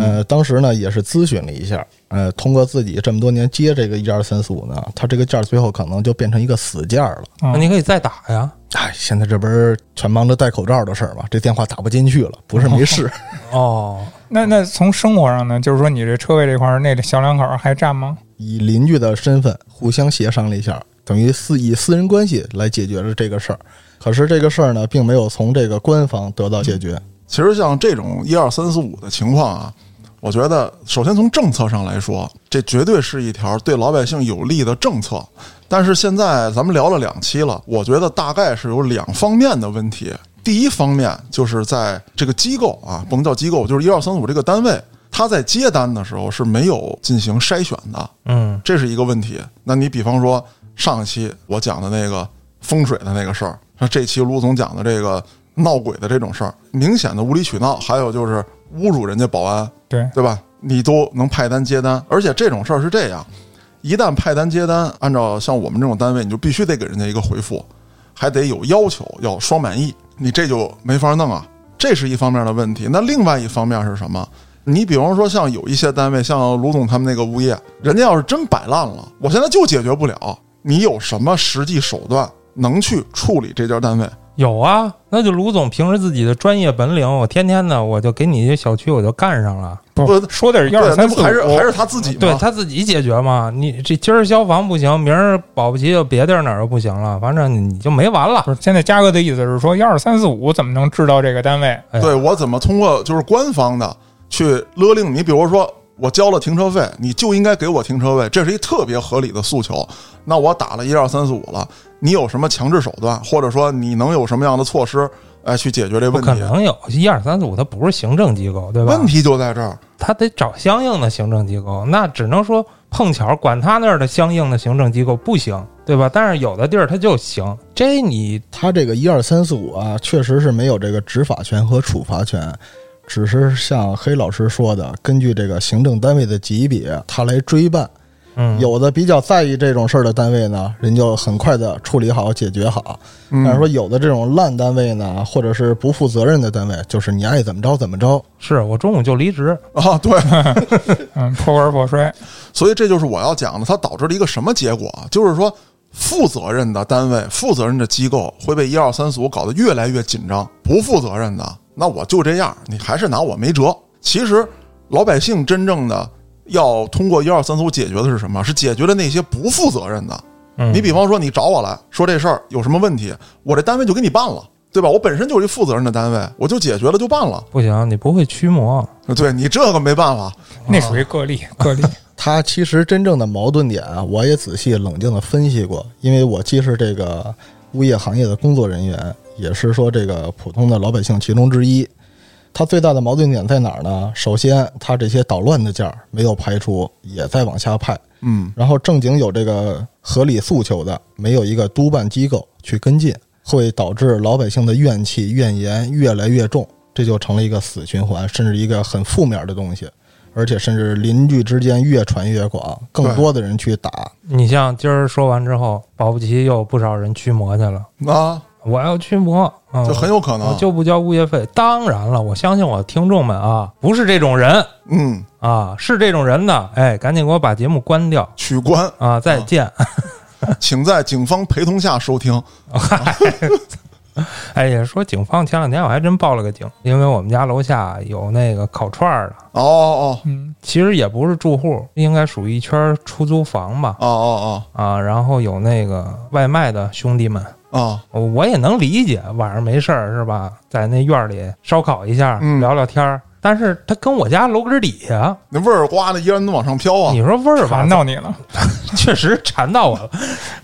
C: 呃，当时呢也是咨询了一下，呃，通过自己这么多年接这个一二三四五呢，他这个价最后可能就变成一个死价了。
A: 那你可以再打呀。
C: 哎，现在这不是全忙着戴口罩的事儿嘛，这电话打不进去了，不是没事。
A: 哦，
E: 那那从生活上呢，就是说你这车位这块儿，那小两口儿还占吗？
C: 以邻居的身份互相协商了一下，等于私以私人关系来解决了这个事儿。可是这个事儿呢，并没有从这个官方得到解决。
D: 其实像这种一二三四五的情况啊，我觉得首先从政策上来说，这绝对是一条对老百姓有利的政策。但是现在咱们聊了两期了，我觉得大概是有两方面的问题。第一方面就是在这个机构啊，甭叫机构，就是一二三四五这个单位，它在接单的时候是没有进行筛选的。
A: 嗯，
D: 这是一个问题。那你比方说上一期我讲的那个风水的那个事儿，那这期卢总讲的这个闹鬼的这种事儿，明显的无理取闹，还有就是侮辱人家保安，
E: 对，
D: 对吧？你都能派单接单，而且这种事儿是这样，一旦派单接单，按照像我们这种单位，你就必须得给人家一个回复，还得有要求，要双满意，你这就没法弄啊。这是一方面的问题。那另外一方面是什么？你比方说像有一些单位，像卢总他们那个物业，人家要是真摆烂了，我现在就解决不了，你有什么实际手段能去处理这家单位？
A: 有啊，那就卢总凭着自己的专业本领，我天天的我就给你一小区我就干上了。
E: 不
D: 不
E: 说的是一
D: 对
E: 二，
D: 那
E: 三
D: 不
E: 四
D: 还是
E: 五
D: 还是他自己吗？
A: 对他自己解决嘛，你这今儿消防不行，明儿保不齐就别地儿哪儿都不行了，反正你就没完了。
E: 不是，现在嘉哥的意思是说，一二三四五怎么能治到这个单位？
A: 哎
D: 对我怎么通过就是官方的去勒令你，比如说我交了停车费，你就应该给我停车位，这是一特别合理的诉求。那我打了一二三四五了，你有什么强制手段，或者说你能有什么样的措施，哎，去解决这
A: 不
D: 问
A: 可
D: 题？
A: 能有一二三四五，它不是行政机构，对吧？
D: 问题就在这儿，
A: 他得找相应的行政机构，那只能说碰巧管他那儿的相应的行政机构不行，对吧？但是有的地儿它就行，这你
C: 他这个一二三四五啊，确实是没有这个执法权和处罚权，只是像黑老师说的，根据这个行政单位的级别，他来追办。
A: 嗯
C: 有的比较在意这种事儿的单位呢，人就很快的处理好、解决好。
D: 嗯
C: 但是说有的这种烂单位呢，或者是不负责任的单位，就是你爱怎么着怎么着。
A: 是我中午就离职，
D: 啊，对，
E: 嗯，破罐破摔，
D: 所以这就是我要讲的，它导致了一个什么结果？啊就是说，负责任的单位、负责任的机构会被一二三四五搞得越来越紧张，不负责任的，那我就这样，你还是拿我没辙。其实，老百姓真正的要通过一二三四五解决的是什么？是解决了那些不负责任的。
A: 嗯
D: 你比方说，你找我来说这事儿有什么问题，我这单位就给你办了，对吧？我本身就是一负责任的单位，我就解决了就办了。
A: 不行，你不会驱魔，
D: 对你这个没办法，
E: 那属于个例，个 例。
C: 他其实真正的矛盾点啊，我也仔细冷静的分析过，因为我既是这个物业行业的工作人员，也是说这个普通的老百姓其中之一。他最大的矛盾点在哪儿呢？首先，他这些捣乱的价儿没有排除，也在往下派。
D: 嗯，
C: 然后正经有这个合理诉求的，没有一个督办机构去跟进，会导致老百姓的怨气、怨言越来越重，这就成了一个死循环，甚至一个很负面的东西，而且甚至邻居之间越传越广，更
D: 对
C: 多的人去打。
A: 你像今儿说完之后，保不齐又有不少人驱魔去了，
D: 那
A: 我要驱魔，啊，
D: 就很有可能，
A: 哦我就不交物业费。当然了，我相信我的听众们啊，不是这种人
D: 嗯，
A: 啊，是这种人的，哎，赶紧给我把节目关掉
D: 取关。
A: 啊！再
D: 嗯
A: 见，
D: 请在警方陪同下收听。
A: 哎呀，说警方前两天我还真报了个警，因为我们家楼下有那个烤串儿的，
D: 哦哦
E: 嗯，
A: 其实也不是住户，应该属于一圈出租房吧
D: 哦，哦
A: 啊，然后有那个外卖的兄弟们，
D: 哦哦，
A: 我也能理解，晚上没事儿是吧，在那院儿里烧烤一下，
D: 嗯
A: 聊聊天儿。但是他跟我家楼根儿底下，
D: 那味儿刮的依然能往上飘啊。
A: 你说味儿吧
E: 烦，到你了，
A: 确实馋到我了，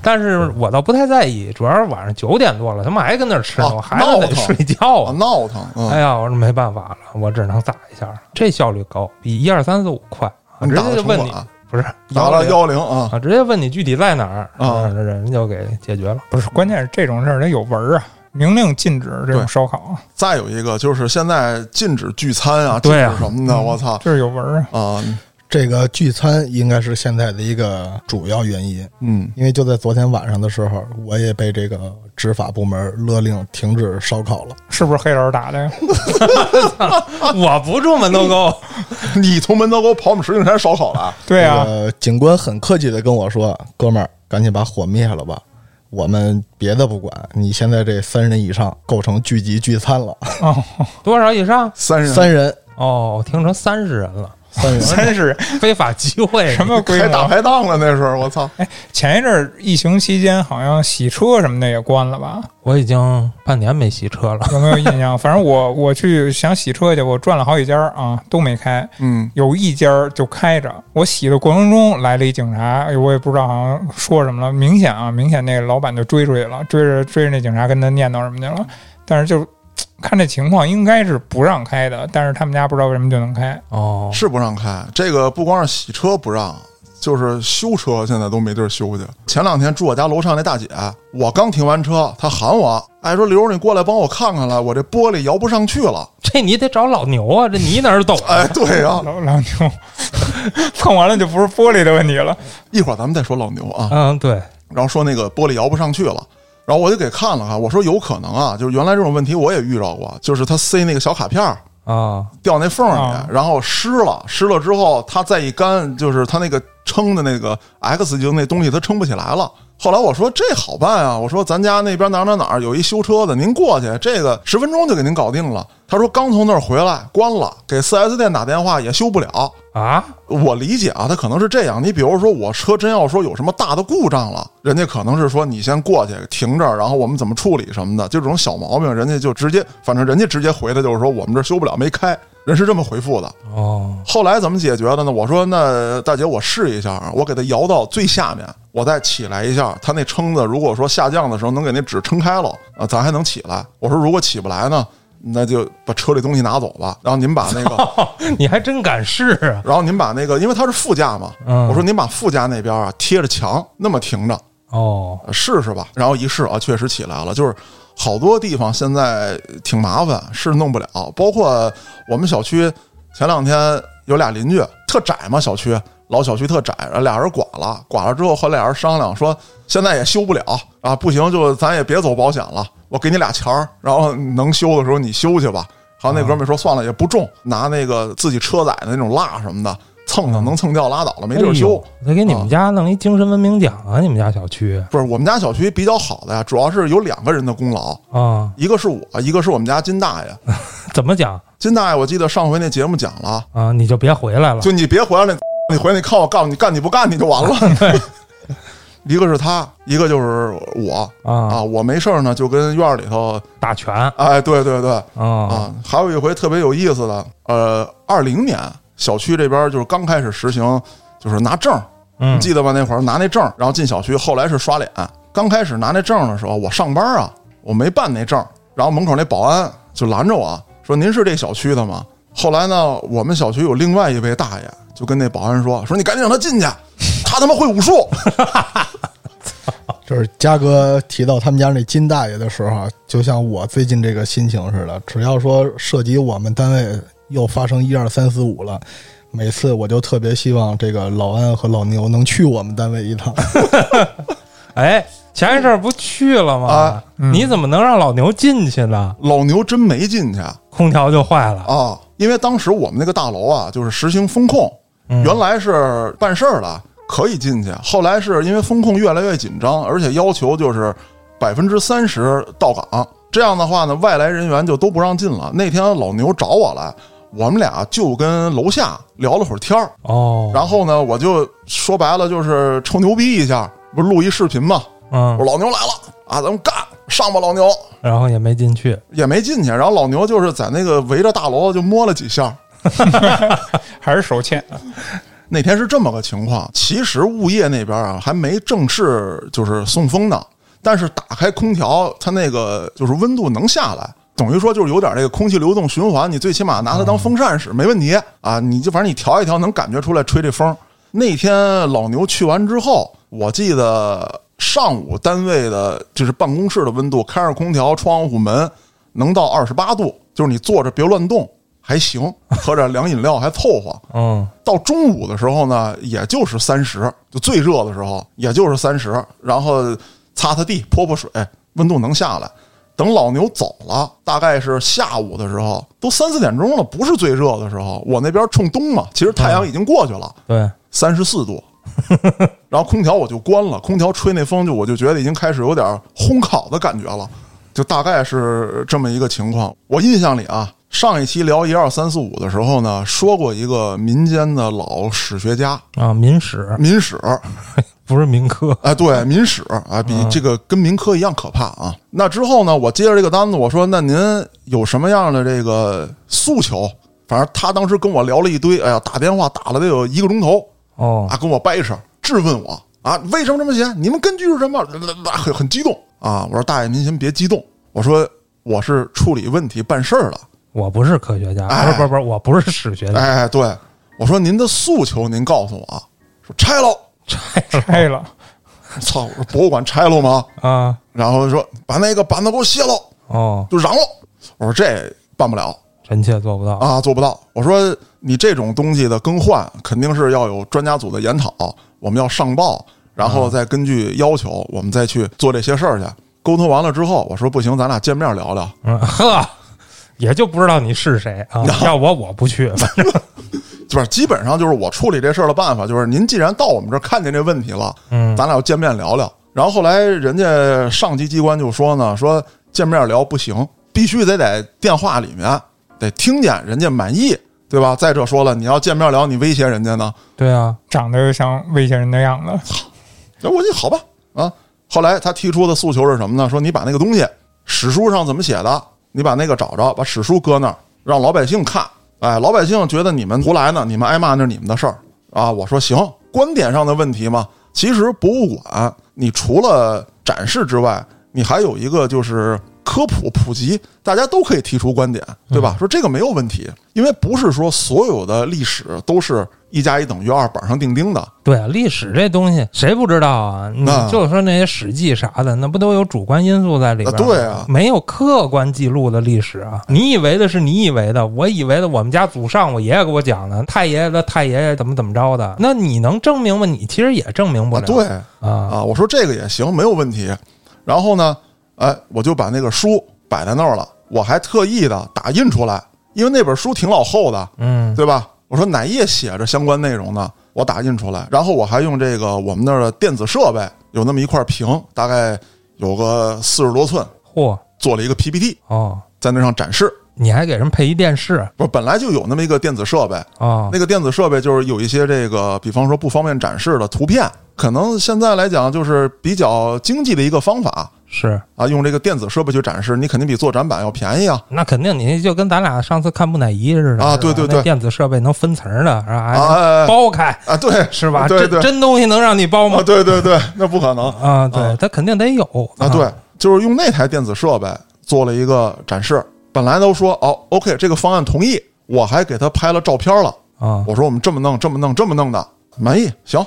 A: 但是我倒不太在意，主要是晚上九点多了，他们还跟那儿吃呢，
D: 哦
A: 我还是
D: 闹
A: 得
D: 腾
A: 睡觉啊。
D: 啊，闹腾，嗯，
A: 哎呀，我说没办法了，我只能打一下了，这效率高，比一二三四五快。我
D: 你
A: 直
D: 打
A: 接
D: 了
A: 就
D: 城
A: 问你，
D: 管，
A: 不是
D: 啊打了
A: 120
D: 幺零啊，
A: 啊，直接问你具体在哪儿嗯
D: 啊
A: 这人就给解决了。
E: 不是，关键是这种事儿它有文儿啊，明令禁止这
D: 对
E: 种烧烤，
D: 再有一个就是现在禁止聚餐啊，禁
A: 对啊
D: 止什么的，我操
E: 这是有文儿啊。
D: 啊！
C: 这个聚餐应该是现在的一个主要原因，
D: 嗯，
C: 因为就在昨天晚上的时候，我也被这个执法部门勒令停止烧烤了。
E: 是不是黑老师打的呀？
D: 啊
A: 我不住门头沟，
D: 你从门头沟跑我们石景山烧烤了？
E: 对呀、啊，
C: 呃，警官很客气的跟我说：“哥们儿，赶紧把火灭了吧，我们别的不管，你现在这三人以上构成聚集聚餐了，
A: 多少以上？
D: 三人
C: 三人，
A: 哦，我听成三十人了，
C: 三人。”
E: 真是
A: 非法集会
E: 什么规
D: 开大
E: 模？啊
D: 排档了，那是我操！
A: 哎
E: 前一阵儿疫情期间，好像洗车什么的也关了吧？
A: 我已经半年没洗 车了。
E: 有没有印象？反正我我去想洗车去，我转了好几家儿啊，都没开。
D: 嗯，
E: 有一家儿就开着，我洗的过程中来了一警察，哎呦我也不知道好像说什么了，明显啊，明显那个老板就追出去了，追着追着那警察跟他念叨什么去了，但是就看这情况应该是不让开的，但是他们家不知道为什么就能开，
A: 哦，
D: 是不让开。这个不光是洗车不让，就是修车现在都没地儿修去。前两天住我家楼上那大姐，我刚停完车，她喊我，哎，说刘，你过来帮我看看来，我这玻璃摇不上去了。
A: 这你得找老牛啊，这你哪儿懂啊？
D: 哎，对
C: 哦
D: 呀、
E: 老老牛碰完了就不是玻璃的问题了，
D: 一会儿咱们再说老牛啊。
A: 嗯，对，
D: 然后说那个玻璃摇不上去了。然后我就给看了看，我说有可能啊，就是原来这种问题我也遇到过，就是他塞那个小卡片儿
A: 啊，
D: 掉那缝儿里，
E: 啊
D: 然后湿了，湿了之后它再一干，就是它那个撑的那个 X 型那东西它撑不起来了。后来我说这好办啊，我说咱家那边哪儿哪儿哪儿有一修车的，您过去，这个十分钟就给您搞定了。他说刚从那儿回来，关了，给 4S 店打电话也修不了。
A: 啊，
D: 我理解啊，他可能是这样。你比如说，我车真要说有什么大的故障了，人家可能是说你先过去停这儿，然后我们怎么处理什么的，就这种小毛病，人家就直接，反正人家直接回的就是说我们这儿修不了，没开，人是这么回复的。
A: 哦，
D: 后来怎么解决的呢？我说那大姐，我试一下啊，我给它摇到最下面，我再起来一下，它那撑子如果说下降的时候能给那纸撑开了啊，咱还能起来。我说如果起不来呢，那就把车里东西拿走吧，然后您把那个。
A: 你还真敢试啊？
D: 然后您把那个，因为它是副驾嘛，
A: 嗯
D: 我说您把副驾那边啊贴着墙那么停着
A: 哦，
D: 呃试试吧。然后一试啊，确实起来了，就是。好多地方现在挺麻烦，是弄不了。包括我们小区前两天有俩邻居特窄嘛，小区老小区特窄，然后俩人剐了，剐了之后和俩人商量说，现在也修不了啊，不行就咱也别走保险了，我给你俩钱儿，然后能修的时候你修去吧。还有那哥们儿说算了也不重，拿那个自己车载的那种蜡什么的蹭蹭，能蹭掉拉倒了，没地儿修。
A: 哎呦，得给你们家弄一精神文明奖啊！你们家小区
D: 不是我们家小区比较好的呀，主要是有两个人的功劳，
A: 啊，
D: 一个是我，一个是我们家金大爷。
A: 怎么讲
D: 金大爷，我记得上回那节目讲了，
A: 啊？你就别回来了。
D: 就你别回来了， 你回来你看我告诉你干你不干你就完了。 一个是他，一个就是我
A: 啊
D: 啊，，我没事儿呢就跟院儿里头，
A: 打拳啊
D: 哎，对对对，
A: 啊
D: 啊，还有一回特别有意思的，呃，二零年小区这边就是刚开始实行，就是拿证儿，
A: 嗯
D: 你记得吧？那会儿拿那证儿，然后进小区，后来是刷脸。刚开始拿那证儿的时候，我上班啊，我没办那证儿，然后门口那保安就拦着我说：“您是这小区的吗？”后来呢，我们小区有另外一位大爷就跟那保安说：“说你赶紧让他进去，他他妈会武术。
C: 就是嘉哥提到他们家那金大爷的时候啊，就像我最近这个心情似的，只要说涉及我们单位又发生一二三四五了。每次我就特别希望这个老安和老牛能去我们单位一趟，
A: 哎，前一阵儿不去了吗
D: 啊？
A: 你怎么能让老牛进去呢？”
D: 老牛真没进去
A: 空调就坏了。
D: 啊，因为当时我们那个大楼啊，就是实行风控，原来是办事儿了可以进去，后来是因为风控越来越紧张，而且要求就是百分之三十到岗。这样的话呢，外来人员就都不让进了。那天老牛找我来，我们俩就跟楼下聊了会儿天儿，
A: 哦，
D: 然后呢，我就说白了就是臭牛逼一下，不是录一视频嘛，我
A: 嗯
D: 说，老牛来了啊，咱们干上吧，老牛
A: 然后也没进去。
D: 也没进去，然后老牛就是在那个围着大楼就摸了几下，
E: 还是手 欠。
D: 那天是这么个情况，其实物业那边啊还没正式就是送风呢，但是打开空调，它那个就是温度能下来，等于说就是有点这个空气流动循环，你最起码拿它当风扇使、没问题啊，你就反正你调一调能感觉出来吹这风。那天老牛去完之后，我记得上午单位的就是办公室的温度，开着空调，窗户门能到二十八度，就是你坐着别乱动。还行，喝点凉饮料还凑合。
A: 嗯
D: 到中午的时候呢，也就是三十，就最热的时候，也就是三十，然后擦擦地、泼泼水，温度能下来。等老牛走了，大概是下午的时候，都三四点钟了，不是最热的时候。我那边冲东嘛，其实太阳已经过去了，
A: 对，
D: 三十四度， 然后空调我就关了，空调吹那风就我就觉得已经开始有点烘烤的感觉了，就大概是这么一个情况。我印象里啊，上一期聊一二三四五的时候呢，说过一个民间的老史学家
A: 啊，民史
D: 民史，
A: 不是民科，
D: 哎，对，民史啊，比这个跟民科一样可怕啊。那之后呢，我接着这个单子，我说那您有什么样的这个诉求？反正他当时跟我聊了一堆，哎呀，打电话打了得有一个钟头，
A: 哦
D: 啊，跟我掰扯，质问我啊，为什么这么写？你们根据是什么？呃很很激动啊！我说大爷，您先别激动，我说我是处理问题办事儿了。
A: 我不是科学家，
D: 哎
A: 不是不是不是，我不是史学家，
D: 哎，对，我说您的诉求您告诉我啊，说拆喽，
E: 拆了，
D: 操，我说博物馆拆喽吗？
A: 啊，
D: 然后说把那个板子给我卸喽，
A: 哦，
D: 就嚷喽。我说这办不了
A: 臣妾做不到，
D: 啊，做不到。我说你这种东西的更换肯定是要有专家组的研讨，我们要上报，然后再根据要求，我们再去做这些事儿去。沟通完了之后，我说不行，咱俩见面聊聊。
A: 嗯 呵，也就不知道你是谁 啊，要我我不去，反正
D: 就是基本上就是我处理这事儿的办法，就是您既然到我们这儿看见这问题了，
A: 嗯
D: 咱俩要见面聊聊。然后后来人家上级机关就说呢，说见面聊不行，必须得在电话里面得听见人家满意，对吧？再者说了，你要见面聊，你威胁人家呢，
A: 对啊，
E: 长得又像威胁人的样 子，
D: 那我就好吧啊。后来他提出的诉求是什么呢？说你把那个东西史书上怎么写的，你把那个找着，把史书搁那儿，让老百姓看。哎，老百姓觉得你们胡来呢，你们挨骂那是你们的事儿啊。我说行，观点上的问题嘛。其实博物馆，你除了展示之外，你还有一个就是科普普及，大家都可以提出观点，对吧？说这个没有问题，因为不是说所有的历史都是一加一等于二板上钉钉的。
A: 对啊，历史这东西谁不知道啊？你
D: 那
A: 就说那些史记啥的，那不都有主观因素在里边吗？
D: 啊对啊
A: 没有客观记录的历史啊，你以为的是你以为的，我以为的我们家祖上我爷爷给我讲的，太爷爷的太爷爷怎么怎么着的，那你能证明吗？你其实也证明不
D: 啊，
A: 了。
D: 对，
A: 啊，
D: 啊，我说这个也行，没有问题。然后呢，哎，我就把那个书摆在那儿了，我还特意的打印出来，因为那本书挺老厚的，
A: 嗯
D: 对吧？我说哪页写着相关内容呢？我打印出来，然后我还用这个我们那儿的电子设备，有那么一块屏，大概有个四十多寸，
A: 嚯
D: 做了一个 PPT
A: 哦，
D: 在那上展示。
A: 你还给人配一电视
D: 不是，本来就有那么一个电子设备，
A: 啊？
D: 那个电子设备就是有一些这个，比方说不方便展示的图片，可能现在来讲就是比较经济的一个方法
A: 是，
D: 啊，用这个电子设备去展示，你肯定比做展板要便宜啊。
A: 那肯定你就跟咱俩上次看木乃伊似的
D: 啊
A: 是吧
D: 对对
A: 那
D: 对
A: 电子设备能分层的，啊，
D: 啊哎哎哎
A: 剥开
D: 啊，对，
A: 是吧？
D: 对
A: 真
D: 对，
A: 真东西能让你剥
D: 啊，
A: 吗？
D: 对对对，那不可能
A: 啊，对，它肯定得有
D: 啊，对，就是用那台电子设备做了一个展示。本来都说哦，OK，这个方案同意，我还给他拍了照片了。
A: 啊，
D: 我说我们这么弄，这么弄，这么弄的，满意，行。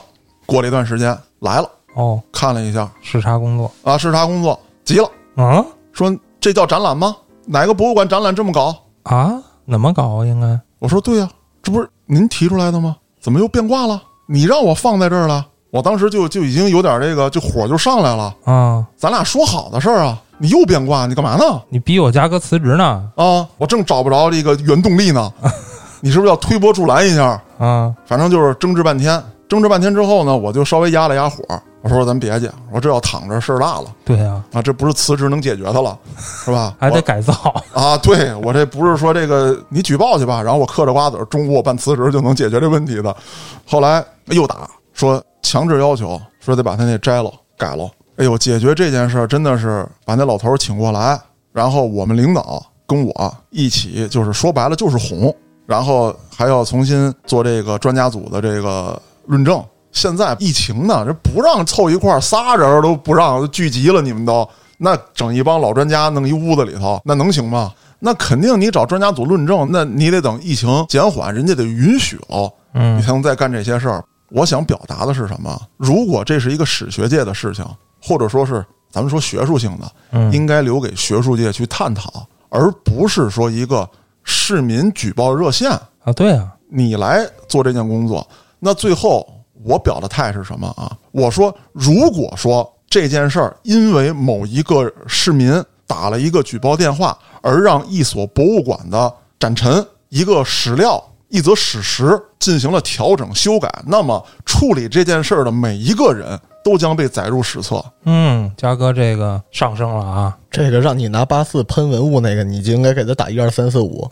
D: 过了一段时间来了，
A: 哦，
D: 看了一下
A: 视察工作，
D: 啊，视察工作急了。
A: 嗯
D: 说这叫展览吗？哪个博物馆展览这么搞？
A: 啊，怎么搞啊？应该
D: 我说对呀、这不是您提出来的吗？怎么又变卦了？你让我放在这儿了，我当时就就已经有点这个，就火就上来了。
A: 啊，
D: 咱俩说好的事儿啊，你又变卦，你干嘛呢？
A: 你逼我加哥辞职呢？
D: 啊，我正找不着这个原动 力呢，你是不是要推波助澜一下？
A: 啊，
D: 反正就是争执半天，争执半天之后呢，我就稍微压了压火，我说咱别介，我说这要躺着事儿大了
A: 对啊，
D: 啊，这不是辞职能解决的了，是吧？
A: 还
D: 我
A: 得改造，
D: 啊，对我这不是说这个你举报去吧，然后我嗑着瓜子儿，中午我办辞职就能解决这问题的。后来又打说强制要求说得把他那摘了改了。哎呦，解决这件事儿真的是把那老头儿请过来，然后我们领导跟我一起，就是说白了就是哄，然后还要重新做这个专家组的这个论证。现在疫情呢，这不让凑一块儿，仨人儿都不让聚集了，你们都那整一帮老专家弄一屋子里头，那能行吗？那肯定你找专家组论证，那你得等疫情减缓，人家得允许了，你
A: 嗯
D: 才能再干这些事儿。我想表达的是什么？如果这是一个史学界的事情，或者说是咱们说学术性的，
A: 嗯
D: 应该留给学术界去探讨，而不是说一个市民举报热线，
A: 啊，对啊，
D: 你来做这件工作。那最后我表的态是什么啊？我说，如果说这件事儿因为某一个市民打了一个举报电话，而让一所博物馆的展陈一个史料。一则史实进行了调整修改，那么处理这件事儿的每一个人都将被载入史册。
A: 嗯，嘉哥这个上升了啊，
C: 这个让你拿八四喷文物那个，你就应该给他打一二三四五。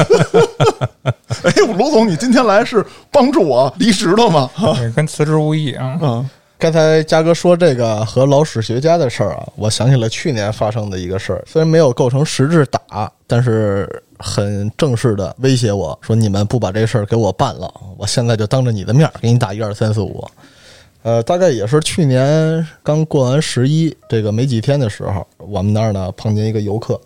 D: 哎，卢总，你今天来是帮助我离职的吗？
E: 对跟辞职无异啊。
D: 嗯，
C: 刚才嘉哥说这个和老史学家的事儿啊，我想起了去年发生的一个事儿，虽然没有构成实质打，但是很正式的威胁我说，你们不把这事儿给我办了，我现在就当着你的面儿给你打一二三四五。呃，大概也是去年刚过完十一这个没几天的时候，我们那儿呢碰见一个游客，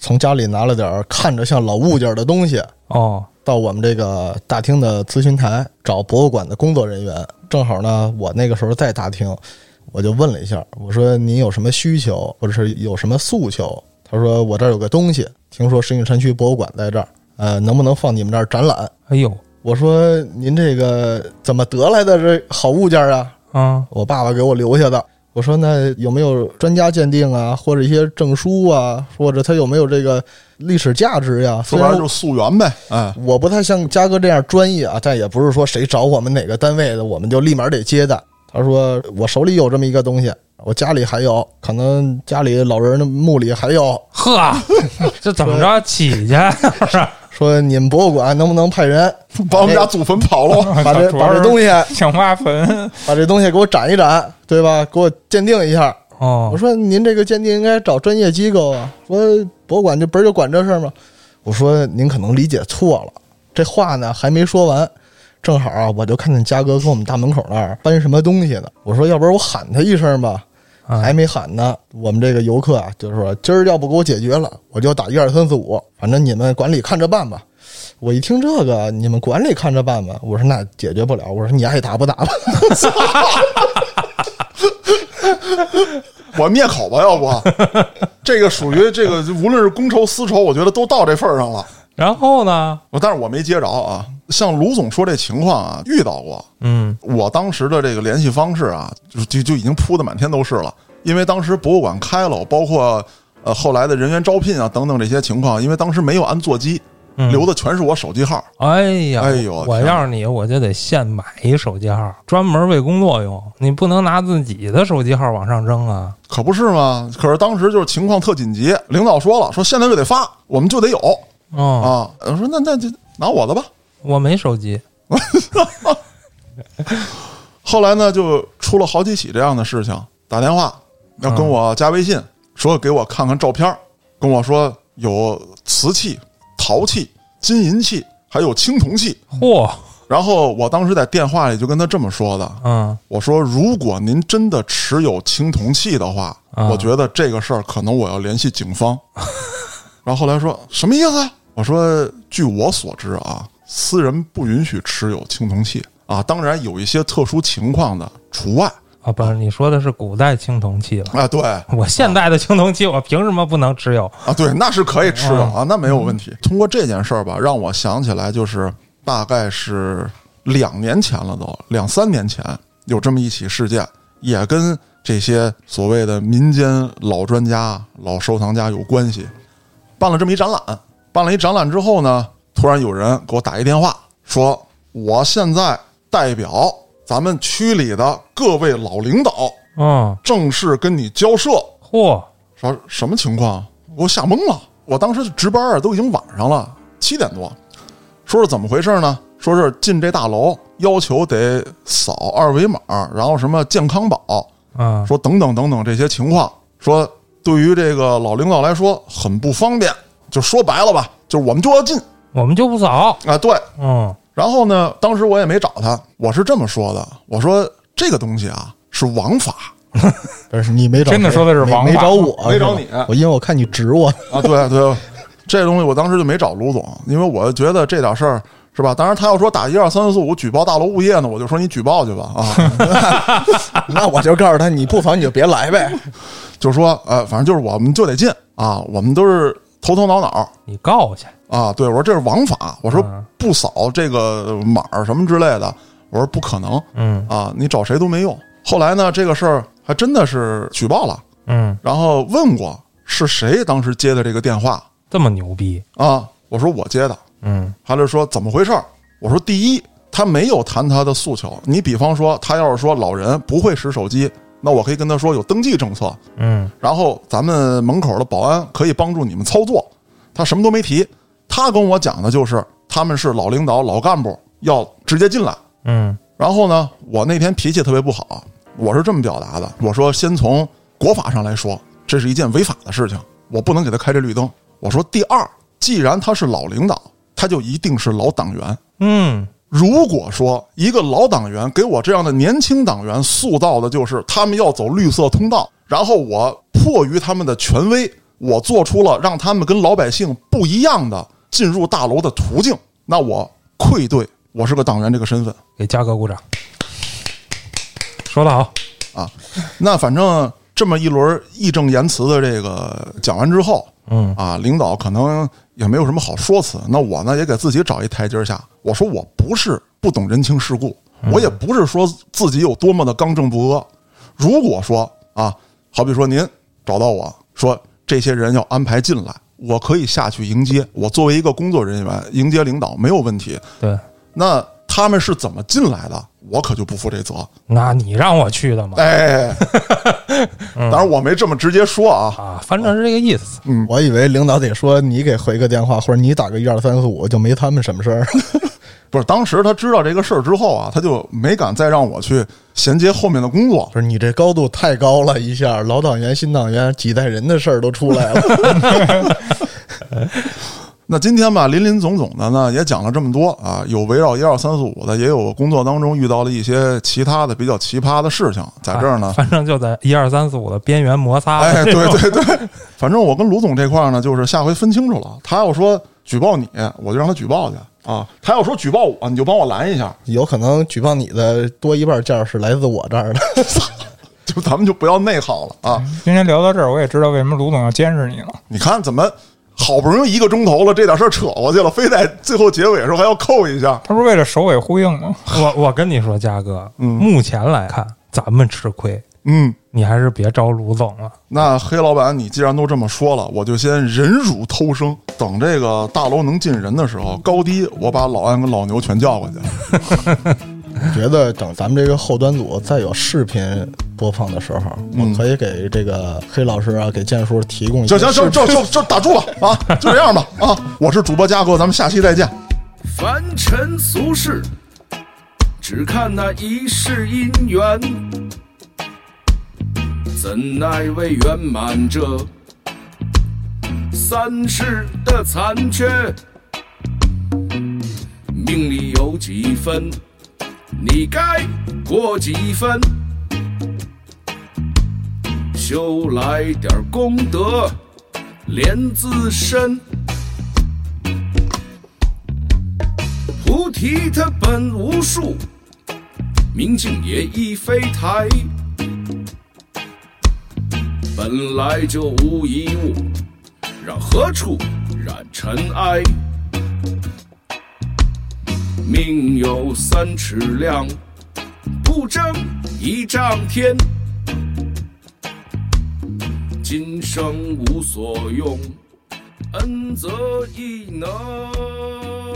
C: 从家里拿了点儿看着像老物件儿的东西，
A: 哦，
C: 到我们这个大厅的咨询台找博物馆的工作人员。正好呢，我那个时候在大厅，我就问了一下，我说您有什么需求，或者是有什么诉求？他说我这儿有个东西，听说石景山区博物馆在这儿，呃，能不能放你们这儿展览？
A: 哎呦，
C: 我说您这个怎么得来的这好物件啊？
A: 啊，
C: 我爸爸给我留下的。我说那有没有专家鉴定啊，或者一些证书啊，或者它有没有这个历史价值呀、虽
D: 说白
C: 然
D: 了就是溯源呗。哎，
C: 我不太像嘉哥这样专业啊，但也不是说谁找我们哪个单位的，我们就立马得接的。他说我手里有这么一个东西，我家里还有，可能家里老人的墓里还有。
A: 呵，这怎么着起去？
C: 说你们博物馆能不能派人
D: 把我们家祖坟刨了。
C: 把 这
E: 啊主
C: 把
E: 要
C: 这
E: 是
C: 东西啊
E: 想挖坟，
C: 把这东西给我展一展，对吧？给我鉴定一下。我
A: 哦，
C: 说您这个鉴定应该找专业机构啊。说博物馆就不是就管这事儿吗？我说您可能理解错了。这话呢还没说完，正好啊，我就看见嘉哥跟我们大门口那儿搬什么东西呢。我说要不然我喊他一声吧，
A: 啊
C: 还没喊呢。我们这个游客啊，就是说今儿要不给我解决了，我就打一二三四五，反正你们管理看着办吧。我一听这个，你们管理看着办吧。我说那解决不了，我说你爱打不打吧。
D: 我灭口吧，要不？ 这个属于这个，无论是公仇私仇，我觉得都到这份儿上了。
A: 然后呢？
D: 我但是我没接着啊。像卢总说这情况啊，遇到过。
A: 嗯，
D: 我当时的这个联系方式啊，就就就已经铺的满天都是了。因为当时博物馆开了，包括呃后来的人员招聘啊等等这些情况，因为当时没有安座机，
A: 嗯
D: 留的全是我手机号。
A: 哎呀，
D: 哎呦
A: 我要是你，我就得现买一手机号，专门为工作用。你不能拿自己的手机号往上扔啊！
D: 可不是吗？可是当时就是情况特紧急，领导说了，说现在就得发，我们就得有
A: 哦，
D: 啊。我说那那就拿我的吧。
A: 我没手机，
D: 后来呢，就出了好几起这样的事情，打电话要跟我加微信，说给我看看照片，跟我说有瓷器、陶器、金银器，还有青铜器。
A: 嚯，
D: 然后我当时在电话里就跟他这么说的，
A: 嗯，
D: 我说如果您真的持有青铜器的话，
A: 啊
D: 我觉得这个事儿可能我要联系警方。然后后来说什么意思啊？我说据我所知啊，私人不允许持有青铜器啊，当然有一些特殊情况的除外
A: 啊，不是，你说的是古代青铜器了。
D: 啊。对啊，
A: 我现代的青铜器，我凭什么不能持有？
D: 对，那是可以持有啊，那没有问题。通过这件事儿吧，让我想起来，就是大概是两年前了都，两三年前有这么一起事件，也跟这些所谓的民间老专家、老收藏家有关系。办了这么一展览，办了一展览之后呢，突然有人给我打一电话，说我现在代表咱们区里的各位老领导
A: 嗯，
D: 正式跟你交涉，
A: 嚯，
D: 说什么情况？我吓懵了。我当时值班啊，都已经晚上了，七点多。说是怎么回事呢？说是进这大楼要求得扫二维码，然后什么健康宝，
A: 嗯，
D: 说等等等等这些情况，说对于这个老领导来说很不方便。就说白了吧，就是我们就要进
A: 我们就不扫。
D: 啊，对。
A: 嗯，
D: 然后呢，当时我也没找他，我是这么说的，我说这个东西啊是王法
C: 但是你没找
E: 真的
C: 谁
E: 说的是
C: 没
E: 王
C: 没
E: 法
C: 找我，
D: 没
C: 是
D: 找
C: 吧
D: 你
C: 我因为我看你指 我，
D: 啊，对对，这东西我当时就没找卢总，因为我觉得这点事儿是吧？当然他要说打一二三四五举报大楼物业呢，我就说你举报去吧啊，
C: 那我就告诉他，你不妨你就别来呗。
D: 就说呃，反正就是我们就得进啊，我们都是头头脑脑
A: 你告去。
D: 啊，对我说这是王法，我说
A: 嗯
D: 不扫这个码儿什么之类的，我说不可能
A: 嗯
D: 啊，你找谁都没用。后来呢，这个事儿还真的是举报了，
A: 嗯，
D: 然后问过是谁当时接的这个电话
A: 这么牛逼，
D: 啊，我说我接的，
A: 嗯
D: 还是说怎么回事儿？我说第一，他没有谈他的诉求，你比方说他要是说老人不会使手机，那我可以跟他说有登记政策，
A: 嗯
D: 然后咱们门口的保安可以帮助你们操作。他什么都没提，他跟我讲的就是他们是老领导、老干部，要直接进来。
A: 嗯
D: 然后呢，我那天脾气特别不好，我是这么表达的：我说，先从国法上来说，这是一件违法的事情，我不能给他开这绿灯。我说，第二，既然他是老领导，他就一定是老党员。
A: 嗯
D: 如果说一个老党员给我这样的年轻党员塑造的就是他们要走绿色通道，然后我迫于他们的权威，我做出了让他们跟老百姓不一样的进入大楼的途径，那我愧对我是个党员这个身份
A: 给嘉哥鼓掌，说得好，
D: 啊。那反正这么一轮义正言辞的这个讲完之后，
A: 嗯
D: 啊，领导可能也没有什么好说辞。那我呢，也给自己找一台阶下。我说我不是不懂人情世故，我也不是说自己有多么的刚正不阿。如果说啊，好比说您找到我说这些人要安排进来，我可以下去迎接。我作为一个工作人员迎接领导没有问题。
A: 对，
D: 那他们是怎么进来的，我可就不负这责。
A: 那你让我去的嘛，
D: 哎，当然我没这么直接说啊，
A: 啊，反正是这个意思，
D: 哦嗯
C: 嗯我以为领导得说你给回个电话，或者你打个一二三四五，就没他们什么事儿。
D: 不是，当时他知道这个事儿之后啊，他就没敢再让我去衔接后面的工 作。
C: 不是你这高度太高了，一下老党员、新党员几代人的事儿都出来了。
D: 那今天吧，林林总总的呢，也讲了这么多啊，有围绕一二三四五的，也有工作当中遇到了一些其他的比较奇葩的事情，在这儿
A: 哎
D: 呢。
A: 反正就在一二三四五的边缘摩擦，
D: 哎，对对对，反正我跟卢总这块儿呢，就是下回分清楚了。他要说举报你，我就让他举报去啊；他要说举报我，你就帮我拦一下。
C: 有可能举报你的多一半件是来自我这儿的。
D: 就咱们就不要内耗了啊！
E: 今天聊到这儿，我也知道为什么卢总要监视你了。
D: 你看怎么好不容易一个钟头了，这点事儿扯过去了，非在最后结尾的时候还要扣一下。
E: 他不是为了首尾呼应吗？
A: 我我跟你说，嘉哥，
D: 嗯
A: 目前来看咱们吃亏，
D: 嗯，
A: 你还是别招卢总了。
D: 那黑老板，你既然都这么说了，我就先忍辱偷生，等这个大楼能进人的时候，高低我把老安跟老牛全叫过去。
C: 觉得等咱们这个后端组再有视频播放的时候，
D: 嗯
C: 我可以给这个黑老师啊，给建叔提供一
D: 行
C: 些
D: 行行，
C: 视频
D: 就就就打住吧啊，就这样吧啊！我是主播嘉哥，咱们下期再见。
F: 凡尘俗世，只看那一世姻缘，怎奈未圆满这三世的残缺。命里有几分，你该过几分，修来点功德，连自身。菩提它本无树，明镜也亦非台。本来就无一物，让何处染尘埃？命有三尺量，不争一丈天。今生无所用，恩则亦能。